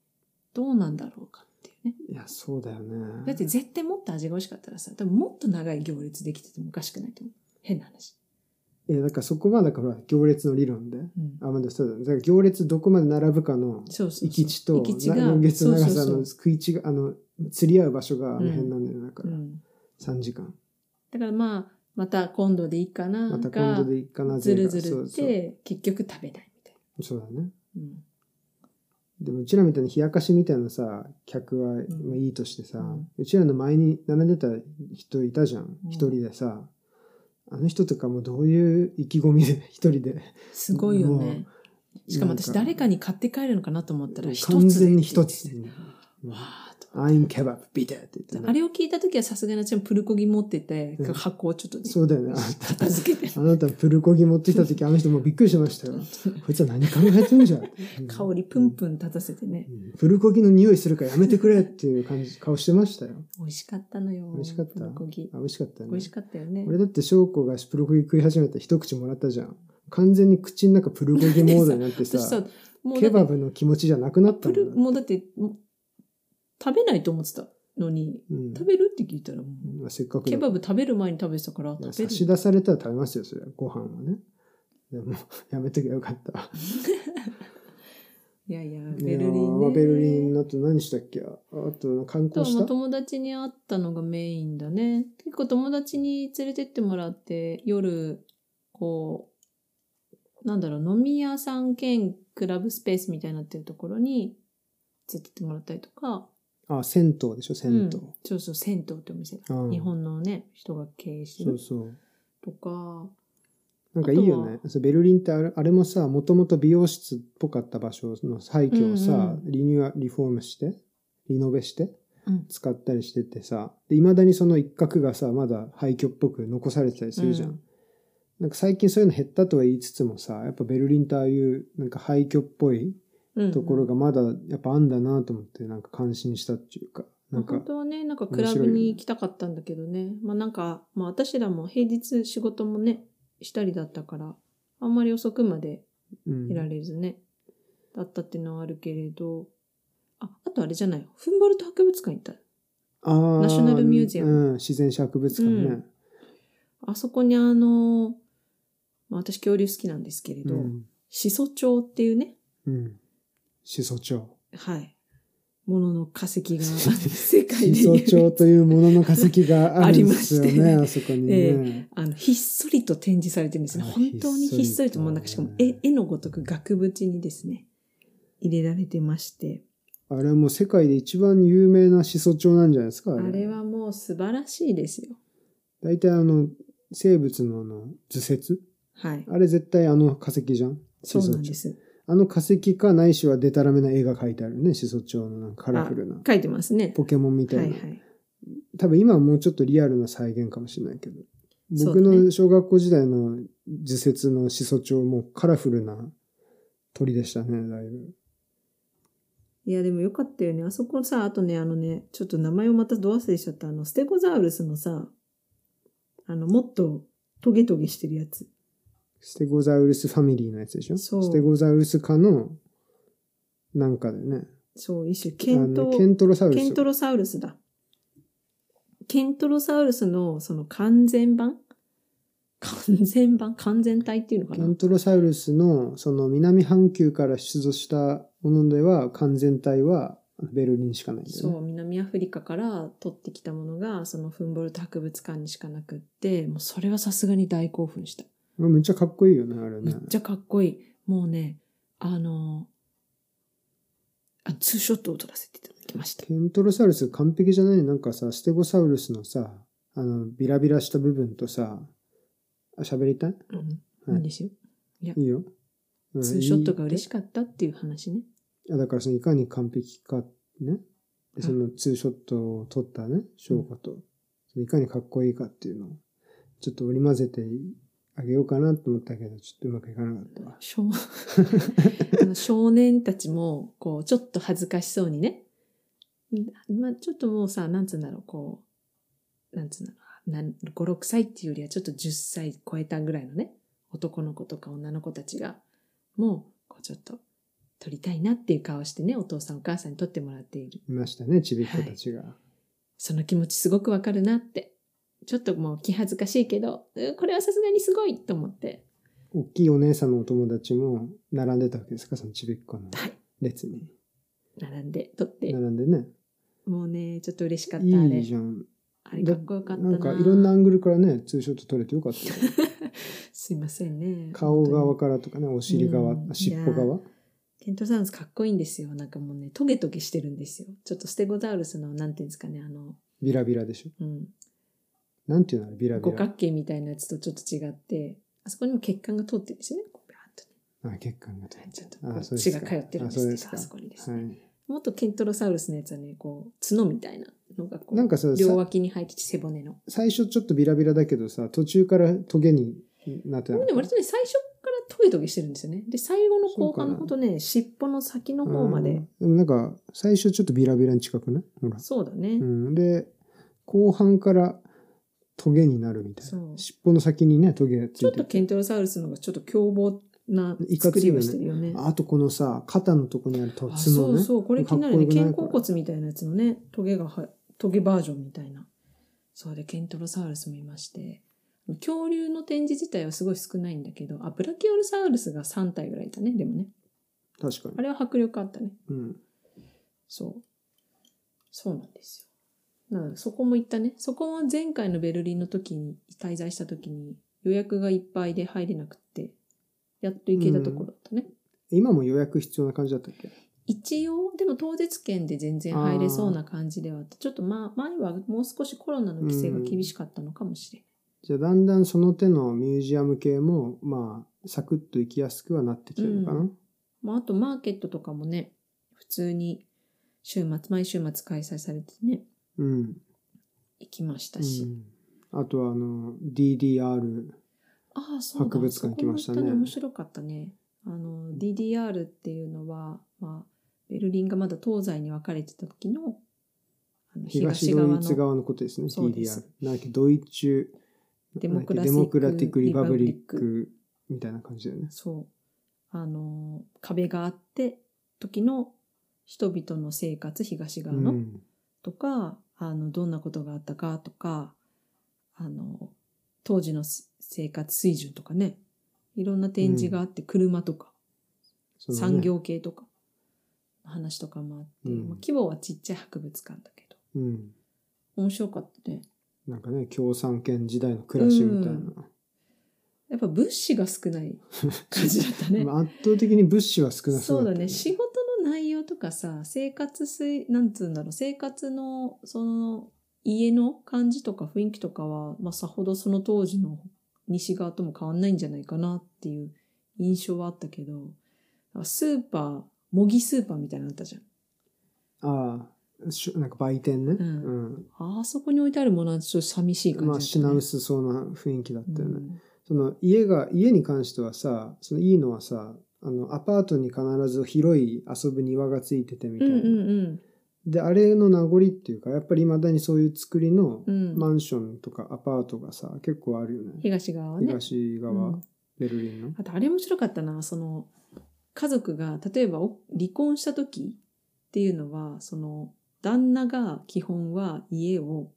[SPEAKER 2] どうなんだろうかっていうね。
[SPEAKER 1] いや、そうだよね。
[SPEAKER 2] だって絶対もっと味が美味しかったらさ、多分もっと長い行列できててもおかしくないと思う。変な話。
[SPEAKER 1] いや、だからそこは、だからほら行列の理論で。
[SPEAKER 2] うん
[SPEAKER 1] あ、まあでもそうだね。だから行列どこまで並ぶかの、
[SPEAKER 2] そうそうそう。
[SPEAKER 1] 行き地と、
[SPEAKER 2] 行き地が
[SPEAKER 1] な年月の長さ
[SPEAKER 2] そうそう
[SPEAKER 1] の
[SPEAKER 2] そ
[SPEAKER 1] 食い違い、あの、釣り合う場所があの辺なんだよ、だか
[SPEAKER 2] う
[SPEAKER 1] ら。
[SPEAKER 2] うん。
[SPEAKER 1] 3時間。
[SPEAKER 2] だからまあ、また今度でいいかな
[SPEAKER 1] また
[SPEAKER 2] とか、
[SPEAKER 1] 今度でいいかな、
[SPEAKER 2] ずるず
[SPEAKER 1] そ
[SPEAKER 2] る
[SPEAKER 1] う
[SPEAKER 2] っ
[SPEAKER 1] そう。
[SPEAKER 2] て、結局食べないみたい
[SPEAKER 1] そうだね。
[SPEAKER 2] な。
[SPEAKER 1] でもうちらみたいに冷やかしみたいなさ、客は、まあ、いいとしてさ、
[SPEAKER 2] うん
[SPEAKER 1] うちらの前に並んでた人いたじゃん。
[SPEAKER 2] ん
[SPEAKER 1] 一、人でさ、あの人とかもどういう意気込みで、一人で。
[SPEAKER 2] すごいよね。しかも私誰
[SPEAKER 1] に
[SPEAKER 2] かに買って帰るのかなと思ったら、一つで
[SPEAKER 1] 完全に一つ。
[SPEAKER 2] わーっと。
[SPEAKER 1] アインケバブ、ビテって言ってね、
[SPEAKER 2] あれを聞いた時はさすがに私もプルコギ持ってて、
[SPEAKER 1] うん
[SPEAKER 2] 箱をちょっとね、
[SPEAKER 1] そうだよね。
[SPEAKER 2] 片付けて、
[SPEAKER 1] あなたプルコギ持ってきた時、あの人もうびっくりしましたよ。こいつは何考えてんじゃん。
[SPEAKER 2] 香りプンプン立たせてね、
[SPEAKER 1] うんプルコギの匂いするからやめてくれっていう感じ、顔してましたよ。
[SPEAKER 2] 美味しかったのよ。
[SPEAKER 1] 美味しかった
[SPEAKER 2] プルコギ。
[SPEAKER 1] あ美味しかったよね。
[SPEAKER 2] 美味しかったよね。
[SPEAKER 1] 俺だって翔子がプルコギ食い始めた一口もらったじゃん。完全に口の中プルコギモードになって さ、
[SPEAKER 2] 私さ、もう
[SPEAKER 1] ケ
[SPEAKER 2] だ
[SPEAKER 1] バ
[SPEAKER 2] って、
[SPEAKER 1] ブの気持ちじゃなくなった
[SPEAKER 2] プ
[SPEAKER 1] もんだ
[SPEAKER 2] ル、もうだって、もう食べないと思ってたのに、
[SPEAKER 1] うん
[SPEAKER 2] 食べるって聞いたらもう、
[SPEAKER 1] まあ、せっかくだ
[SPEAKER 2] ケバブ食べる前に食べてたから、
[SPEAKER 1] いや差
[SPEAKER 2] 食べる。
[SPEAKER 1] し出されたら食べますよ、それは。ご飯はね。でも、 やめときゃよかった。
[SPEAKER 2] いやいや、
[SPEAKER 1] い
[SPEAKER 2] ベ
[SPEAKER 1] や
[SPEAKER 2] ルリン、
[SPEAKER 1] ー
[SPEAKER 2] ね。
[SPEAKER 1] ベルリンあと何したっけあと、観
[SPEAKER 2] と
[SPEAKER 1] 光した
[SPEAKER 2] 友達に会ったのがメインだね。結構友達に連れてってもらって、夜、こう、なんだろう、飲み屋さん兼クラブスペースみたいになってるところに連れてってもらったりとか、
[SPEAKER 1] あ、銭湯でしょ、銭湯。
[SPEAKER 2] うんそうそう、銭湯ってお店。
[SPEAKER 1] うん
[SPEAKER 2] 日本のね、人が経営して
[SPEAKER 1] そう
[SPEAKER 2] る
[SPEAKER 1] そう。
[SPEAKER 2] とか、
[SPEAKER 1] なんかいいよね。そうベルリンってあれあれもさ、もともと美容室っぽかった場所の廃墟をさ、
[SPEAKER 2] うんうん
[SPEAKER 1] リニューアリフォームして、リノベして、
[SPEAKER 2] うん
[SPEAKER 1] 使ったりしててさ、いまだにその一角がさ、まだ廃墟っぽく残されてたりするじゃん。
[SPEAKER 2] うん
[SPEAKER 1] なんか最近そういうの減ったとは言いつつもさ、やっぱベルリンってああいうなんか廃墟っぽい
[SPEAKER 2] うん
[SPEAKER 1] ところがまだやっぱあんだなと思ってなんか感心したっていうか、な
[SPEAKER 2] まあ
[SPEAKER 1] んか
[SPEAKER 2] 本、当はね、なんかクラブに行きたかったんだけどね。まあなんか、まあ私らも平日仕事もね、したりだったから、あんまり遅くまで
[SPEAKER 1] うん
[SPEAKER 2] いられずね、だったっていうのはあるけれど、あ、あとあれじゃない、フンボルト博物館行った。
[SPEAKER 1] あー
[SPEAKER 2] ナショナルミュージアム
[SPEAKER 1] うん、自然史博物館ね。
[SPEAKER 2] あそこにあの、まあ私恐竜好きなんですけれ
[SPEAKER 1] う
[SPEAKER 2] ど、
[SPEAKER 1] ん。
[SPEAKER 2] 始祖鳥っていうね、
[SPEAKER 1] うん。始祖 鳥。
[SPEAKER 2] はい、ものの化石が世界
[SPEAKER 1] 始
[SPEAKER 2] で
[SPEAKER 1] 祖
[SPEAKER 2] 唯一
[SPEAKER 1] 鳥というものの化石があるんですよね、
[SPEAKER 2] あり
[SPEAKER 1] あ
[SPEAKER 2] ま
[SPEAKER 1] そこにね。
[SPEAKER 2] あの、ひっそりと展示されてるんですね。
[SPEAKER 1] あ
[SPEAKER 2] 本当に
[SPEAKER 1] ひ
[SPEAKER 2] ひっそりと、
[SPEAKER 1] っそりとね
[SPEAKER 2] もうなんかしかも絵、絵のごとく額縁にですね、入れられてまして。
[SPEAKER 1] あれはもう世界で一番有名な始祖鳥なんじゃないですか
[SPEAKER 2] あれはもう素晴らしいですよ。
[SPEAKER 1] 大体あの、生物のあの、図説
[SPEAKER 2] はい。
[SPEAKER 1] あれ絶対あの化石じゃん
[SPEAKER 2] そうなんで。す。
[SPEAKER 1] あの化石かないしはデタラメな絵が描いてあるね。始祖鳥のなんかカラフルな。
[SPEAKER 2] 書いてますね。
[SPEAKER 1] ポケモンみた
[SPEAKER 2] はいい
[SPEAKER 1] な、
[SPEAKER 2] はい。
[SPEAKER 1] 多分今はもうちょっとリアルな再現かもしれないけど。
[SPEAKER 2] そうだ
[SPEAKER 1] 僕
[SPEAKER 2] ね
[SPEAKER 1] の小学校時代の図説の始祖鳥もカラフルな鳥でしたね、だいぶ。
[SPEAKER 2] いや、でもよかったよね。あそこさ、あとね、あのね、ちょっと名前をまたど忘れしちゃった。あの、ステゴザウルスのさ、あの、もっとトゲトゲしてるやつ。
[SPEAKER 1] ステゴザウルスファミリーのやつでしょ
[SPEAKER 2] そう
[SPEAKER 1] ステゴザウルス科の、なんかでね。
[SPEAKER 2] そう、一種、ケン
[SPEAKER 1] あ
[SPEAKER 2] ト、
[SPEAKER 1] のケントロサウルス。
[SPEAKER 2] ケントロサウルスだ。ケントロサウルスの、その完全版完全版完全体っていうのか
[SPEAKER 1] ケ
[SPEAKER 2] な
[SPEAKER 1] ントロサウルスの、その南半球から出土したものでは、完全体はベルリンしかないんだよ
[SPEAKER 2] そ
[SPEAKER 1] ね。
[SPEAKER 2] う、南アフリカから取ってきたものが、そのフンボルト博物館にしかなくって、もうそれはさすがに大興奮した。
[SPEAKER 1] う。めっちゃかっこいいよね、あれ
[SPEAKER 2] め
[SPEAKER 1] ね
[SPEAKER 2] っ。ちゃかっこいい。もうね、あの、あツーショットを撮らせていただきました。
[SPEAKER 1] ケントロサウルス完璧じゃないなんかさ、ステゴサウルスのさ、あの、ビラビラした部分とさ、あ喋りたい
[SPEAKER 2] うん。
[SPEAKER 1] はい
[SPEAKER 2] いいんですよ。
[SPEAKER 1] いいよ。うん
[SPEAKER 2] ツーショットが
[SPEAKER 1] いい
[SPEAKER 2] 嬉しかったっていう話ね。
[SPEAKER 1] いやだからそのいかに完璧かね。でそのツーショットを撮ったね、証拠と、そのいかにかっこいいかっていうのを、ちょっと織り交ぜてあげようかなと思ったけど、ちょっとうまくいかなかったわ。
[SPEAKER 2] 少 あの少年たちも、こう、ちょっと恥ずかしそうにね。んまあ、ちょっともうさ、なんつうんだろう、こう、なんつうんだろうなん、5、6歳っていうよりはちょっと10歳超えたぐらいのね、男の子とか女の子たちが、もう、こう、ちょっと、撮りたいなっていう顔してね、お父さんお母さんに撮ってもらっている。
[SPEAKER 1] いましたね、ちびっ子たちが。
[SPEAKER 2] その気持ちすごくわかるなって。ちょっともう気恥ずかしいけど、うんこれはさすがにすごいと思って。
[SPEAKER 1] 大きいお姉さんのお友達も並んでたわけですか、そのちびっ子の
[SPEAKER 2] はい。
[SPEAKER 1] 列に。
[SPEAKER 2] 並んで撮って
[SPEAKER 1] 並。んでね。
[SPEAKER 2] もうね、ちょっと嬉しかった、あ
[SPEAKER 1] いい
[SPEAKER 2] れ
[SPEAKER 1] じ。ゃん。
[SPEAKER 2] あれかっこよかったな。
[SPEAKER 1] なんかいろんなアングルからね、ツーショット撮れてよかったよ。
[SPEAKER 2] すいませんね。
[SPEAKER 1] 顔側
[SPEAKER 2] 本当に。
[SPEAKER 1] からとかね、お尻側、
[SPEAKER 2] うん
[SPEAKER 1] 尻尾側。
[SPEAKER 2] ケントサウルスかっこいいんですよ。なんかもうね、トゲトゲしてるんですよ。ちょっとステゴザウルスの、なんていうんですかね、あの、
[SPEAKER 1] ビラビラでしょ。
[SPEAKER 2] うん、
[SPEAKER 1] なんていうのあれ、ビラビ
[SPEAKER 2] 五
[SPEAKER 1] ラ。
[SPEAKER 2] 角形みたいなやつとちょっと違って、あそこにも血管が通ってるんですよね。こうビャーっとね
[SPEAKER 1] あ、血管が出
[SPEAKER 2] は
[SPEAKER 1] て
[SPEAKER 2] い。ちょっと
[SPEAKER 1] あ
[SPEAKER 2] こ
[SPEAKER 1] そうです
[SPEAKER 2] う血
[SPEAKER 1] か
[SPEAKER 2] が通ってるんで
[SPEAKER 1] あそう
[SPEAKER 2] す
[SPEAKER 1] で
[SPEAKER 2] け
[SPEAKER 1] す
[SPEAKER 2] ど、
[SPEAKER 1] か
[SPEAKER 2] あそこにです
[SPEAKER 1] は
[SPEAKER 2] ね。
[SPEAKER 1] い。
[SPEAKER 2] もっとケントロサウルスのやつはね、こう、角みたいなのがこう、
[SPEAKER 1] なんかさ
[SPEAKER 2] 両脇に入ってて背骨の。
[SPEAKER 1] 最初ちょっとビラビラだけどさ、途中からトゲになってなか
[SPEAKER 2] でも
[SPEAKER 1] っ
[SPEAKER 2] ね、
[SPEAKER 1] た
[SPEAKER 2] 割とね、最初からトゲトゲしてるんですよね。で、最後の後
[SPEAKER 1] そうか
[SPEAKER 2] 半
[SPEAKER 1] な
[SPEAKER 2] のほどね、尻尾の先の方ま
[SPEAKER 1] う
[SPEAKER 2] で
[SPEAKER 1] ん。でもなんか、最初ちょっとビラビラに近くね。ほら。
[SPEAKER 2] そうだね
[SPEAKER 1] う。ん。で、後半からトゲになるみたい
[SPEAKER 2] そ
[SPEAKER 1] な。
[SPEAKER 2] う
[SPEAKER 1] 尻尾の先にね、トゲがつ
[SPEAKER 2] ちょ
[SPEAKER 1] い
[SPEAKER 2] ってと
[SPEAKER 1] て。
[SPEAKER 2] ケントロサウルスの方がちょっと凶暴ない
[SPEAKER 1] かつ
[SPEAKER 2] 作
[SPEAKER 1] いよ
[SPEAKER 2] り
[SPEAKER 1] ね
[SPEAKER 2] をしてるよね。
[SPEAKER 1] あとこのさ、肩のとこにある
[SPEAKER 2] あ
[SPEAKER 1] 突
[SPEAKER 2] そ
[SPEAKER 1] の
[SPEAKER 2] う
[SPEAKER 1] ね。
[SPEAKER 2] そう、これ気になるね。
[SPEAKER 1] かっこよ
[SPEAKER 2] 肩
[SPEAKER 1] くない
[SPEAKER 2] 甲骨みたいなやつのね、トゲがは、トゲバージョンみたいな。そうで、ケントロサウルスもいまして。恐竜の展示自体はすごい少ないんだけど、あ、ブラキオルサウルスが3体ぐらいいたね、でもね。
[SPEAKER 1] 確かに
[SPEAKER 2] あ。れは迫力あったね。
[SPEAKER 1] うん。
[SPEAKER 2] そう。そうなんですよ。なので、そこも行ったね。そこは前回のベルリンの時に、滞在した時に予約がいっぱいで入れなくって、やっと行けたところだったね。
[SPEAKER 1] 今も予約必要な感じだったっけ
[SPEAKER 2] 一応、でも当日券で全然入れそうな感じではあって、ちょっとまあ、前はもう少しコロナの規制が厳しかったのかもしれない。
[SPEAKER 1] じゃあだんだんその手のミュージアム系も、まあ、サクッと行きやすくはなってきてるのかな。
[SPEAKER 2] うまあ、あとマーケットとかもね、普通に週末、毎週末開催されてね、
[SPEAKER 1] うん。
[SPEAKER 2] 行きましたし。
[SPEAKER 1] うん、あとはあの DDR
[SPEAKER 2] ああ、そうだ
[SPEAKER 1] 博物館来ましたね
[SPEAKER 2] そこも行った面白かったね。あの、DDR っていうのは、まあ、ベルリンがまだ東西に分かれてた時の、あの
[SPEAKER 1] 東
[SPEAKER 2] 東
[SPEAKER 1] ド
[SPEAKER 2] 側
[SPEAKER 1] イツ
[SPEAKER 2] の
[SPEAKER 1] 側のことですね
[SPEAKER 2] そう
[SPEAKER 1] DDR
[SPEAKER 2] です
[SPEAKER 1] なんだっけドイツ
[SPEAKER 2] デモクラ
[SPEAKER 1] デ
[SPEAKER 2] シ
[SPEAKER 1] モ
[SPEAKER 2] ッ
[SPEAKER 1] ク
[SPEAKER 2] ク・
[SPEAKER 1] ラティック・リパブリッ
[SPEAKER 2] リパブリッ
[SPEAKER 1] クみたいな感じだよね
[SPEAKER 2] そう。あの、壁があって、時の人々の生活、東側の、
[SPEAKER 1] うん
[SPEAKER 2] とか、あの、どんなことがあったかとか、あの、当時のす生活水準とかね、いろんな展示があって、車とか、
[SPEAKER 1] そのね
[SPEAKER 2] 産業系とかの話とかもあって、
[SPEAKER 1] うん
[SPEAKER 2] まあ、規模はちっちゃい博物館だけ
[SPEAKER 1] う
[SPEAKER 2] ど
[SPEAKER 1] ん
[SPEAKER 2] 面白かったね
[SPEAKER 1] なんかね共産圏時代の暮らしみたいな、
[SPEAKER 2] やっぱ物資が少ない感じだった ね、
[SPEAKER 1] まあ、圧倒的に物資は少なそ
[SPEAKER 2] そうう
[SPEAKER 1] だ
[SPEAKER 2] だ
[SPEAKER 1] ったよ
[SPEAKER 2] ね仕事の内容とかさ生活水なんつうんだろう生活のその家の感じとか雰囲気とかは、まあ、さほどその当時の西側とも変わんないんじゃないかなっていう印象はあったけどスーパー模擬スーパーみたいなのあったじゃん
[SPEAKER 1] ああしゅなんか売店ね、
[SPEAKER 2] うん
[SPEAKER 1] ん
[SPEAKER 2] あそこに置いてあるものはちょっと寂しい感じだ
[SPEAKER 1] ま
[SPEAKER 2] った、
[SPEAKER 1] あ
[SPEAKER 2] ね、
[SPEAKER 1] 品薄そうな雰囲気だったよね、
[SPEAKER 2] うん
[SPEAKER 1] その家が家に関してはさそのいいのはさあのアパートに必ず広い遊ぶ庭がついててみた
[SPEAKER 2] う
[SPEAKER 1] い
[SPEAKER 2] ん
[SPEAKER 1] な、
[SPEAKER 2] うん
[SPEAKER 1] であれの名残っていうかやっぱりいまだにそういう作りの
[SPEAKER 2] うん。
[SPEAKER 1] マ
[SPEAKER 2] うん。
[SPEAKER 1] ンションとかアパートがさ結構あるよね
[SPEAKER 2] 東側ね。
[SPEAKER 1] 東側、
[SPEAKER 2] うん
[SPEAKER 1] ベルリンの
[SPEAKER 2] あと、あれ面白かったな、その、家族が、例えばお離婚した時っていうのは、その、旦那が基本は家を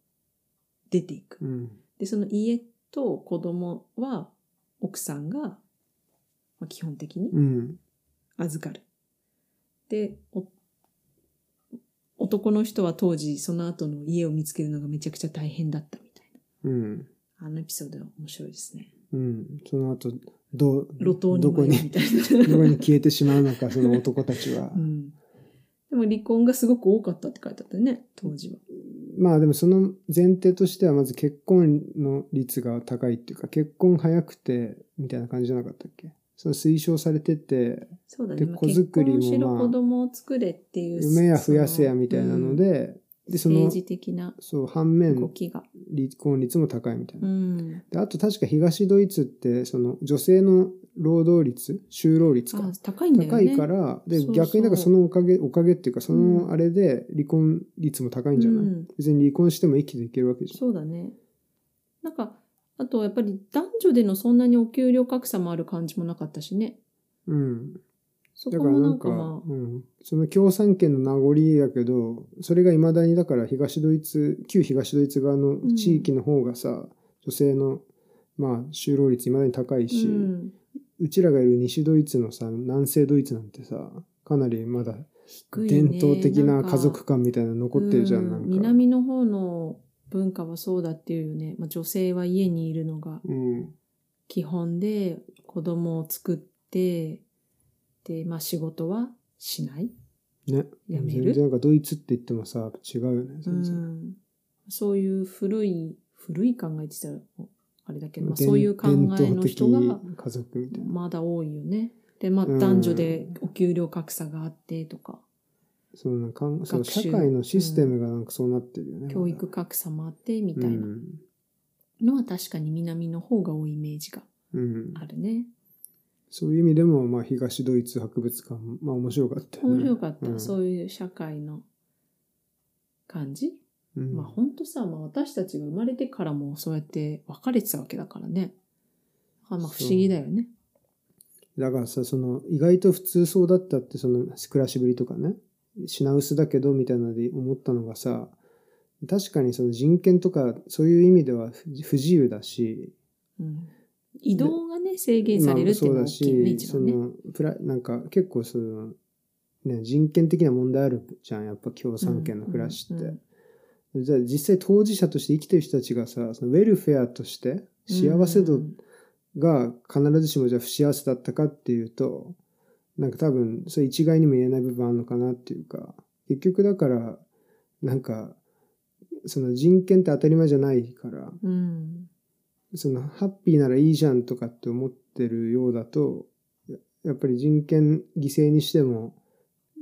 [SPEAKER 2] 出ていく。
[SPEAKER 1] うん
[SPEAKER 2] で、その家と子供は奥さんが、まあ、基本的に
[SPEAKER 1] うん
[SPEAKER 2] 預かる。で、お男の人は当時その後の家を見つけるのがめちゃくちゃ大変だったみたい
[SPEAKER 1] うん
[SPEAKER 2] な。あのエピソードは面白いですね。
[SPEAKER 1] うんその後ど
[SPEAKER 2] 路頭に
[SPEAKER 1] どこ
[SPEAKER 2] 迷う
[SPEAKER 1] に
[SPEAKER 2] みたい
[SPEAKER 1] どこ
[SPEAKER 2] な。
[SPEAKER 1] に消えてしまうのかその男たち は、
[SPEAKER 2] うん。でも離婚がすごく多かったって書いてあったよね、当時は。
[SPEAKER 1] まあでもその前提としてはまず結婚の率が高いっていうか結婚早くてみたいな感じじゃなかったっけその推奨されてて
[SPEAKER 2] そうだ
[SPEAKER 1] で
[SPEAKER 2] ね。まあ
[SPEAKER 1] 子作りも
[SPEAKER 2] 結婚しろ
[SPEAKER 1] まあ
[SPEAKER 2] 子供を作れっていう。
[SPEAKER 1] 夢や増やせやみたいなの
[SPEAKER 2] うん、
[SPEAKER 1] で、でその
[SPEAKER 2] 政治的な
[SPEAKER 1] そう反
[SPEAKER 2] 動
[SPEAKER 1] 面
[SPEAKER 2] きが。
[SPEAKER 1] 離婚率も高いみたいな、
[SPEAKER 2] うん。
[SPEAKER 1] であと確か東ドイツってその女性の労働率就労率
[SPEAKER 2] あ
[SPEAKER 1] か、
[SPEAKER 2] 高いんだよ
[SPEAKER 1] 高
[SPEAKER 2] ね。
[SPEAKER 1] いからで
[SPEAKER 2] そうそう
[SPEAKER 1] 逆にだからそのおかげおかげっていうかそうの
[SPEAKER 2] ん
[SPEAKER 1] あれで離婚率も高いんじゃない、
[SPEAKER 2] うん
[SPEAKER 1] 別に離婚しても生きていけるわけじゃん
[SPEAKER 2] そうだね。なんか、あとやっぱり男女でのそんなにお給料格差もある感じもなかったしね。
[SPEAKER 1] うん
[SPEAKER 2] そ
[SPEAKER 1] だ
[SPEAKER 2] こ
[SPEAKER 1] から
[SPEAKER 2] も
[SPEAKER 1] な
[SPEAKER 2] なんん
[SPEAKER 1] か
[SPEAKER 2] かまあ、、
[SPEAKER 1] うん、その共産圏の名残だけどそれがいまだにだから東ドイツ旧東ドイツ側の地域の方がさ、女性のまあ就労率いまだに高いうし、うんちらがいる西ドイツのさ南西ドイツなんてさかなりまだ
[SPEAKER 2] 低いね
[SPEAKER 1] 伝統的な家族
[SPEAKER 2] なんか
[SPEAKER 1] 観みたいなの残ってるじゃん
[SPEAKER 2] う
[SPEAKER 1] なんか。
[SPEAKER 2] 南の方の文化はそうだっていうよね。まあ、女性は家にいるのが
[SPEAKER 1] うん
[SPEAKER 2] 基本で、子供を作って、で、まあ仕事はしない。
[SPEAKER 1] ね、
[SPEAKER 2] やめ
[SPEAKER 1] 全然
[SPEAKER 2] る。
[SPEAKER 1] なんかドイツって言ってもさ違うよね
[SPEAKER 2] う
[SPEAKER 1] 全然、
[SPEAKER 2] ん、そういう古い、古い考えって言ったら、あれだけど、まあ、
[SPEAKER 1] 伝
[SPEAKER 2] そういう考えの人
[SPEAKER 1] 伝
[SPEAKER 2] が
[SPEAKER 1] 統的家族みたいな、
[SPEAKER 2] まだ多いよね。で、まあ、
[SPEAKER 1] うん
[SPEAKER 2] 男女でお給料格差があってとか、
[SPEAKER 1] そのなんかんその
[SPEAKER 2] 学習
[SPEAKER 1] 社会のシステムがなんかそうなってるよね、
[SPEAKER 2] 教育格差もあって
[SPEAKER 1] み
[SPEAKER 2] みたいなのは確かに南の方が多いイメージが
[SPEAKER 1] うんうん
[SPEAKER 2] あるね。
[SPEAKER 1] そういう意味でも、まあ、東ドイツ博物館、まあ、面白かったよね。
[SPEAKER 2] 面白かった、
[SPEAKER 1] うん
[SPEAKER 2] そういう社会の感じ。
[SPEAKER 1] うん
[SPEAKER 2] まあ、ほんとさ、まあ、私たちが生まれてからもそうやって別れてたわけだからね。あまあ、不思議だよね。
[SPEAKER 1] だからさ、その、意外と普通そうだったって、その、暮らしぶりとかね、品薄だけど、みたいなので思ったのがさ、確かにその人権とか、そういう意味では不不自由だし、
[SPEAKER 2] うん、移動がね、制限されるっていうの
[SPEAKER 1] ま
[SPEAKER 2] が
[SPEAKER 1] あ
[SPEAKER 2] 大
[SPEAKER 1] そ
[SPEAKER 2] きいよね、一
[SPEAKER 1] そ
[SPEAKER 2] 番ね。
[SPEAKER 1] の、プラ、なんか、結構その、ね、人権的な問題あるじゃん、やっぱ共産権の暮らしって。
[SPEAKER 2] うんうん
[SPEAKER 1] じゃあ実際当事者として生きてる人たちがさ、そのウェルフェアとして幸せ
[SPEAKER 2] う
[SPEAKER 1] 度
[SPEAKER 2] ん
[SPEAKER 1] が必ずしもじゃあ不幸せだったかっていうと、なんか多分それ一概にも言えない部分あるのかなっていうか、結局だから、なんか、その人権って当たり前じゃないから、
[SPEAKER 2] うん。
[SPEAKER 1] そのハッピーならいいじゃんとかって思ってるようだと、ややっぱり人権犠牲にしても、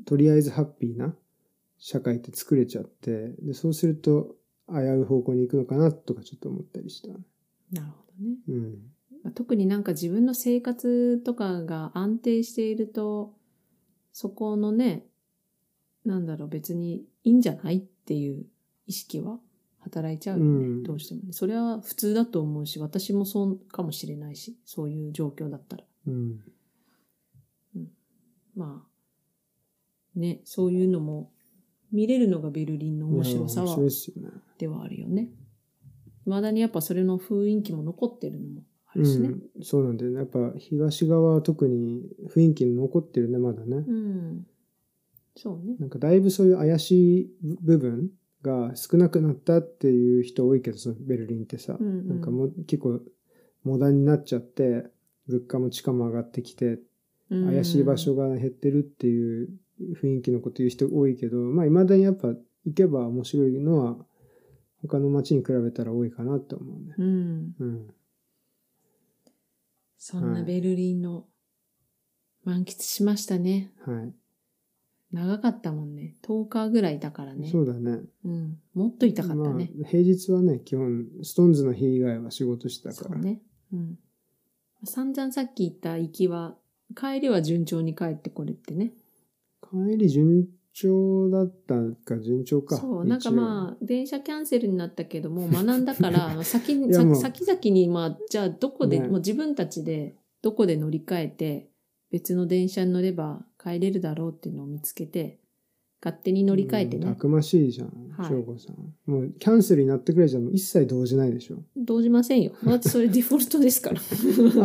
[SPEAKER 1] とりあえずハッピーな社会って作れちゃって、で、そうすると危う方向に行くのかなとかちょっと思ったりした。
[SPEAKER 2] なるほどね。
[SPEAKER 1] うん。
[SPEAKER 2] まあ特になんか自分の生活とかが安定していると、そこのね、なんだろう、別にいいんじゃないっていう意識は働いちゃうよね。
[SPEAKER 1] うん
[SPEAKER 2] どうしてもね。それは普通だと思うし、私もそうかもしれないし、そういう状況だったら。
[SPEAKER 1] うん。
[SPEAKER 2] まあ、ね、そういうのも見れるのがベルリンの面白さ
[SPEAKER 1] いや面
[SPEAKER 2] は
[SPEAKER 1] 白いっすよね。
[SPEAKER 2] ではあるよね。未だにやっぱそれの雰囲気も残ってるのもあるしね。
[SPEAKER 1] うん。そうなんだよね。やっぱ東側は特に雰囲気に残ってるね、まだね。
[SPEAKER 2] うん、そうね。
[SPEAKER 1] なんかだいぶそういう怪しい部分が少なくなったっていう人多いけど、そのベルリンってさ、
[SPEAKER 2] うんうん
[SPEAKER 1] なんかもう結構モダンになっちゃって、物価も地価も上がってきて、怪しい場所が減ってるっていう雰囲気のこと言う人多いけど、まあ未だにやっぱ行けば面白いのは他の街に比べたら多いかなと思うね。
[SPEAKER 2] うん、うん。
[SPEAKER 1] うん。
[SPEAKER 2] そん
[SPEAKER 1] は
[SPEAKER 2] ないベルリンの満喫しましたね。
[SPEAKER 1] はい。
[SPEAKER 2] 長かったもんね。10日ぐらいいたからね。
[SPEAKER 1] そうだね。
[SPEAKER 2] うん。もっといたかったね。
[SPEAKER 1] まあ、平日はね、基本、ストーンズの日以外は仕事してた
[SPEAKER 2] そ
[SPEAKER 1] から。
[SPEAKER 2] うね。うん。散々さっき言った行きは帰りは順調に帰ってこれってね。
[SPEAKER 1] 帰り順調だったか、順調か。
[SPEAKER 2] そう、なんか
[SPEAKER 1] あ。
[SPEAKER 2] まあ、電車キャンセルになったけ ども、学んだから、あの先
[SPEAKER 1] い
[SPEAKER 2] に、
[SPEAKER 1] や
[SPEAKER 2] さ
[SPEAKER 1] もう
[SPEAKER 2] 先々に、まあ、じゃあどこで、
[SPEAKER 1] ね
[SPEAKER 2] もう自分たちで、どこで乗り換えて、別の電車に乗れば帰れるだろうっていうのを見つけて、勝手に乗り換えて
[SPEAKER 1] うん
[SPEAKER 2] ね
[SPEAKER 1] た、くましいじゃん
[SPEAKER 2] は、い
[SPEAKER 1] 翔子さん。もう、キャンセルになってくれじゃもう一切動じないでしょ。
[SPEAKER 2] 動じませんよ。だってそれデ フォルトですから。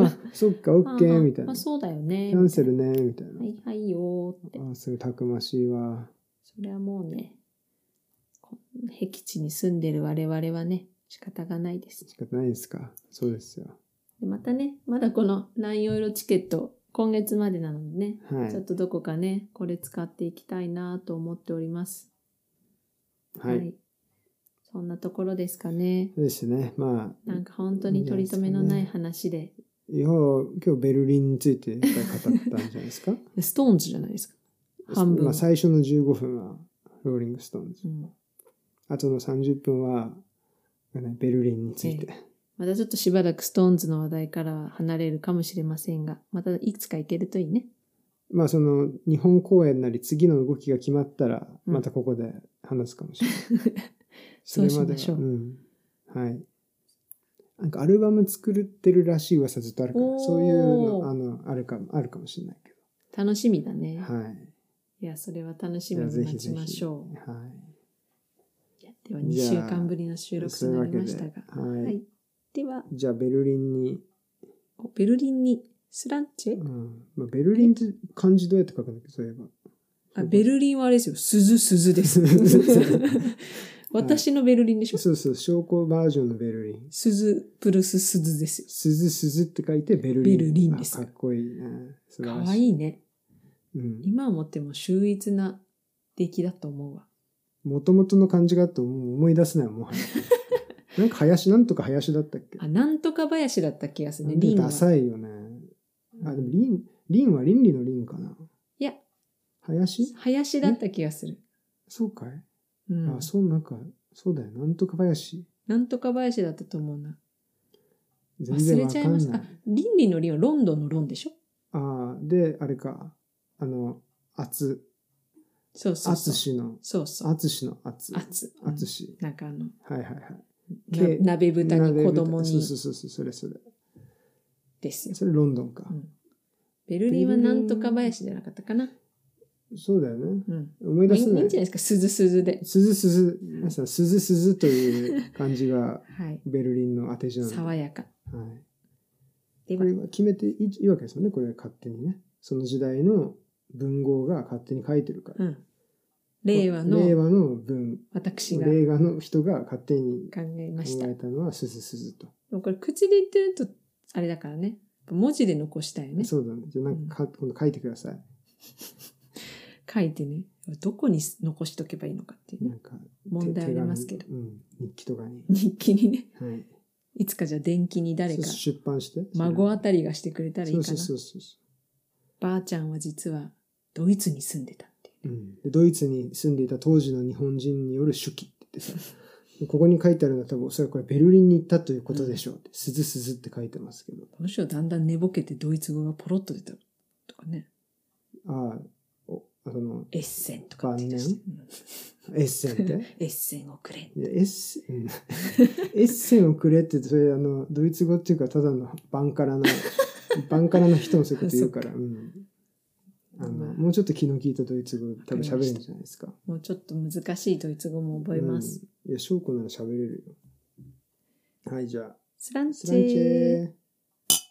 [SPEAKER 1] あ、 そっか、オッケーみたいな
[SPEAKER 2] まあ、。そうだよね。
[SPEAKER 1] キャンセルね、みたい
[SPEAKER 2] はいはいよーって。
[SPEAKER 1] な。あ、すごいたくましいわ。
[SPEAKER 2] それはもうね、こ僻地に住んでる我々はね、仕方がないです。
[SPEAKER 1] 仕方ないですか。そうですよ。
[SPEAKER 2] でまたね、まだこのラインオイルチケット、今月までなのでね、
[SPEAKER 1] はい
[SPEAKER 2] ちょっとどこかね、これ使っていきたいなと思っております。
[SPEAKER 1] はい。
[SPEAKER 2] そんなところですかね。
[SPEAKER 1] そうですね。まあ、
[SPEAKER 2] なんか本当に取り留めのない話で、
[SPEAKER 1] いや、今日ベルリンについていっぱい語ったんじゃないですか。
[SPEAKER 2] ストーンズじゃないですか。 半分。
[SPEAKER 1] まあ、最初の15分は、ローリングストーンズ
[SPEAKER 2] う。ん
[SPEAKER 1] あとの30分は、ねベルリンについて。
[SPEAKER 2] またちょっとしばらくストーンズの話題から離れるかもしれませんが、またいつか行けるといいね。
[SPEAKER 1] まあ、その、日本公演なり、次の動きが決まったら、
[SPEAKER 2] うん
[SPEAKER 1] またここで話すかもしれない。
[SPEAKER 2] そうし
[SPEAKER 1] れまで
[SPEAKER 2] ましょう
[SPEAKER 1] はうん。はい。なんか、アルバム作ってるらしい噂ずっとあるから、
[SPEAKER 2] おー
[SPEAKER 1] そういうの、あの、あるかも、あるかもしれないけ
[SPEAKER 2] 楽しみだね。
[SPEAKER 1] ど。はい。
[SPEAKER 2] いや、それは楽し
[SPEAKER 1] じ
[SPEAKER 2] み
[SPEAKER 1] ゃあ
[SPEAKER 2] に
[SPEAKER 1] ぜ
[SPEAKER 2] 待
[SPEAKER 1] ひ
[SPEAKER 2] ち
[SPEAKER 1] ぜひ。
[SPEAKER 2] ましょう。
[SPEAKER 1] はい。
[SPEAKER 2] いやでは2週間ぶりの収録となりましたが。
[SPEAKER 1] そういうわけではい
[SPEAKER 2] では、
[SPEAKER 1] じゃあ、ベルリンに、
[SPEAKER 2] おベルリンにスランチェ
[SPEAKER 1] うん。まあ、ベルリンって漢字どうやって書くんだっけ、そういえば。
[SPEAKER 2] あベルリンはあれですよ。鈴鈴です。 私のベルリンでしょ
[SPEAKER 1] そうそう、証拠バージョンのベルリン。
[SPEAKER 2] 鈴プルス鈴ですよ。
[SPEAKER 1] 鈴鈴って書いてベルリン。
[SPEAKER 2] ベルリンです
[SPEAKER 1] あかっこいいね。素
[SPEAKER 2] か
[SPEAKER 1] 晴らし
[SPEAKER 2] わ
[SPEAKER 1] い。
[SPEAKER 2] いいね。
[SPEAKER 1] うん。
[SPEAKER 2] 今思っても秀逸な出来だと思うわ。
[SPEAKER 1] もともとの漢字があってもう思い出せないもん。 なんか林、なんとか林だったっけ
[SPEAKER 2] あ、なんとか林だった気がするね。リンは
[SPEAKER 1] ダ。サいよね。あ、でもリン、リンは倫理のリンかな。
[SPEAKER 2] いや、
[SPEAKER 1] 林
[SPEAKER 2] 林だった気がする。
[SPEAKER 1] そうかい、
[SPEAKER 2] うん
[SPEAKER 1] あ、。そう、なんか、そうだよ。なんとか林。
[SPEAKER 2] なんとか林だったと思うな。
[SPEAKER 1] 全
[SPEAKER 2] 忘
[SPEAKER 1] 然
[SPEAKER 2] れ
[SPEAKER 1] わ
[SPEAKER 2] ちゃ
[SPEAKER 1] か
[SPEAKER 2] いま
[SPEAKER 1] ん
[SPEAKER 2] し
[SPEAKER 1] な
[SPEAKER 2] た。あ
[SPEAKER 1] い。
[SPEAKER 2] 倫理の理はロンドンのロンでしょ
[SPEAKER 1] ああ、で、あれか。あの、あつ、
[SPEAKER 2] そうそう
[SPEAKER 1] あ
[SPEAKER 2] そ
[SPEAKER 1] つ
[SPEAKER 2] う。
[SPEAKER 1] しの、
[SPEAKER 2] そうそう。
[SPEAKER 1] あつしのあつ。
[SPEAKER 2] あつ。
[SPEAKER 1] あつし。
[SPEAKER 2] なんかあの、
[SPEAKER 1] はいはいはい。
[SPEAKER 2] な
[SPEAKER 1] け
[SPEAKER 2] 鍋豚に子供
[SPEAKER 1] そう
[SPEAKER 2] に
[SPEAKER 1] そうそうそう、それそれ。
[SPEAKER 2] ですよ。
[SPEAKER 1] それロンドンか
[SPEAKER 2] う。んベルリンはなんとか林じゃなかったかな。
[SPEAKER 1] そうだよね。
[SPEAKER 2] うん。
[SPEAKER 1] 思い
[SPEAKER 2] まあ
[SPEAKER 1] 出
[SPEAKER 2] いい
[SPEAKER 1] せ
[SPEAKER 2] いいんじゃ
[SPEAKER 1] な
[SPEAKER 2] ないい。ですか、鈴鈴で。
[SPEAKER 1] 鈴鈴、皆さん、鈴鈴という漢字が
[SPEAKER 2] はい。
[SPEAKER 1] ベルリンの当て字なんで。は
[SPEAKER 2] 爽やか。
[SPEAKER 1] い。
[SPEAKER 2] で
[SPEAKER 1] こ
[SPEAKER 2] は
[SPEAKER 1] れ、は決めていいいいわけですよね。これは勝手にね。その時代の文豪が勝手に書いてるから。
[SPEAKER 2] うん。令和
[SPEAKER 1] 令
[SPEAKER 2] の
[SPEAKER 1] 和の文、
[SPEAKER 2] 私が
[SPEAKER 1] 令和の人が勝手に
[SPEAKER 2] 考えました。
[SPEAKER 1] 考え
[SPEAKER 2] で
[SPEAKER 1] たのは鈴鈴と。
[SPEAKER 2] もこれ口で言ってると、あれだからね。文字で残したいよね。
[SPEAKER 1] そうだね。じゃあなんかか、今度書いてください。
[SPEAKER 2] 書いてね。どこに残しとけばいいのかっていう
[SPEAKER 1] な
[SPEAKER 2] ね。
[SPEAKER 1] んか、
[SPEAKER 2] 問題ありますけど
[SPEAKER 1] 手。紙うん。日記とかに。
[SPEAKER 2] 日記にね。
[SPEAKER 1] はい。
[SPEAKER 2] いつかじゃあ電気に誰か、
[SPEAKER 1] そう出版して。
[SPEAKER 2] 孫
[SPEAKER 1] あ
[SPEAKER 2] あたりがしてくれたらいいか
[SPEAKER 1] そう
[SPEAKER 2] な。
[SPEAKER 1] そうそうそ
[SPEAKER 2] ばあちゃんは実はドイツに住んでたってい
[SPEAKER 1] う、
[SPEAKER 2] う
[SPEAKER 1] うんで。ドイツに住んでいた当時の日本人による手記って言 ってさ、ここに書いてあるのは多分、おそらくこれベルリンに行ったということでしょうって、鈴鈴って書いてますけど。
[SPEAKER 2] むしろだんだん寝ぼけてドイツ語がポロッと出たとかね。
[SPEAKER 1] ああ、お、あの、
[SPEAKER 2] エッセンとかって言い出して。
[SPEAKER 1] エッセン って。
[SPEAKER 2] うんエッセンをくれん。
[SPEAKER 1] いやエッセン、うんエッセンをくれって、それ、あの、ドイツ語っていうか、ただのバンカラな、 バンカラな人のそういうこと言うから、
[SPEAKER 2] そっ
[SPEAKER 1] うん。あの、
[SPEAKER 2] まあ
[SPEAKER 1] もうちょっと気の利いたドイツ語多分喋れるんじゃないですか。
[SPEAKER 2] もうちょっと難しいドイツ語も覚えます。
[SPEAKER 1] うん。いや、翔子なら喋れるよ。はい、じゃあ、
[SPEAKER 2] スラン
[SPEAKER 1] ス
[SPEAKER 2] チ
[SPEAKER 1] ランチェ
[SPEAKER 2] ェ
[SPEAKER 1] ー。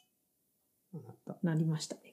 [SPEAKER 1] あなった。tá.
[SPEAKER 2] なりましたね。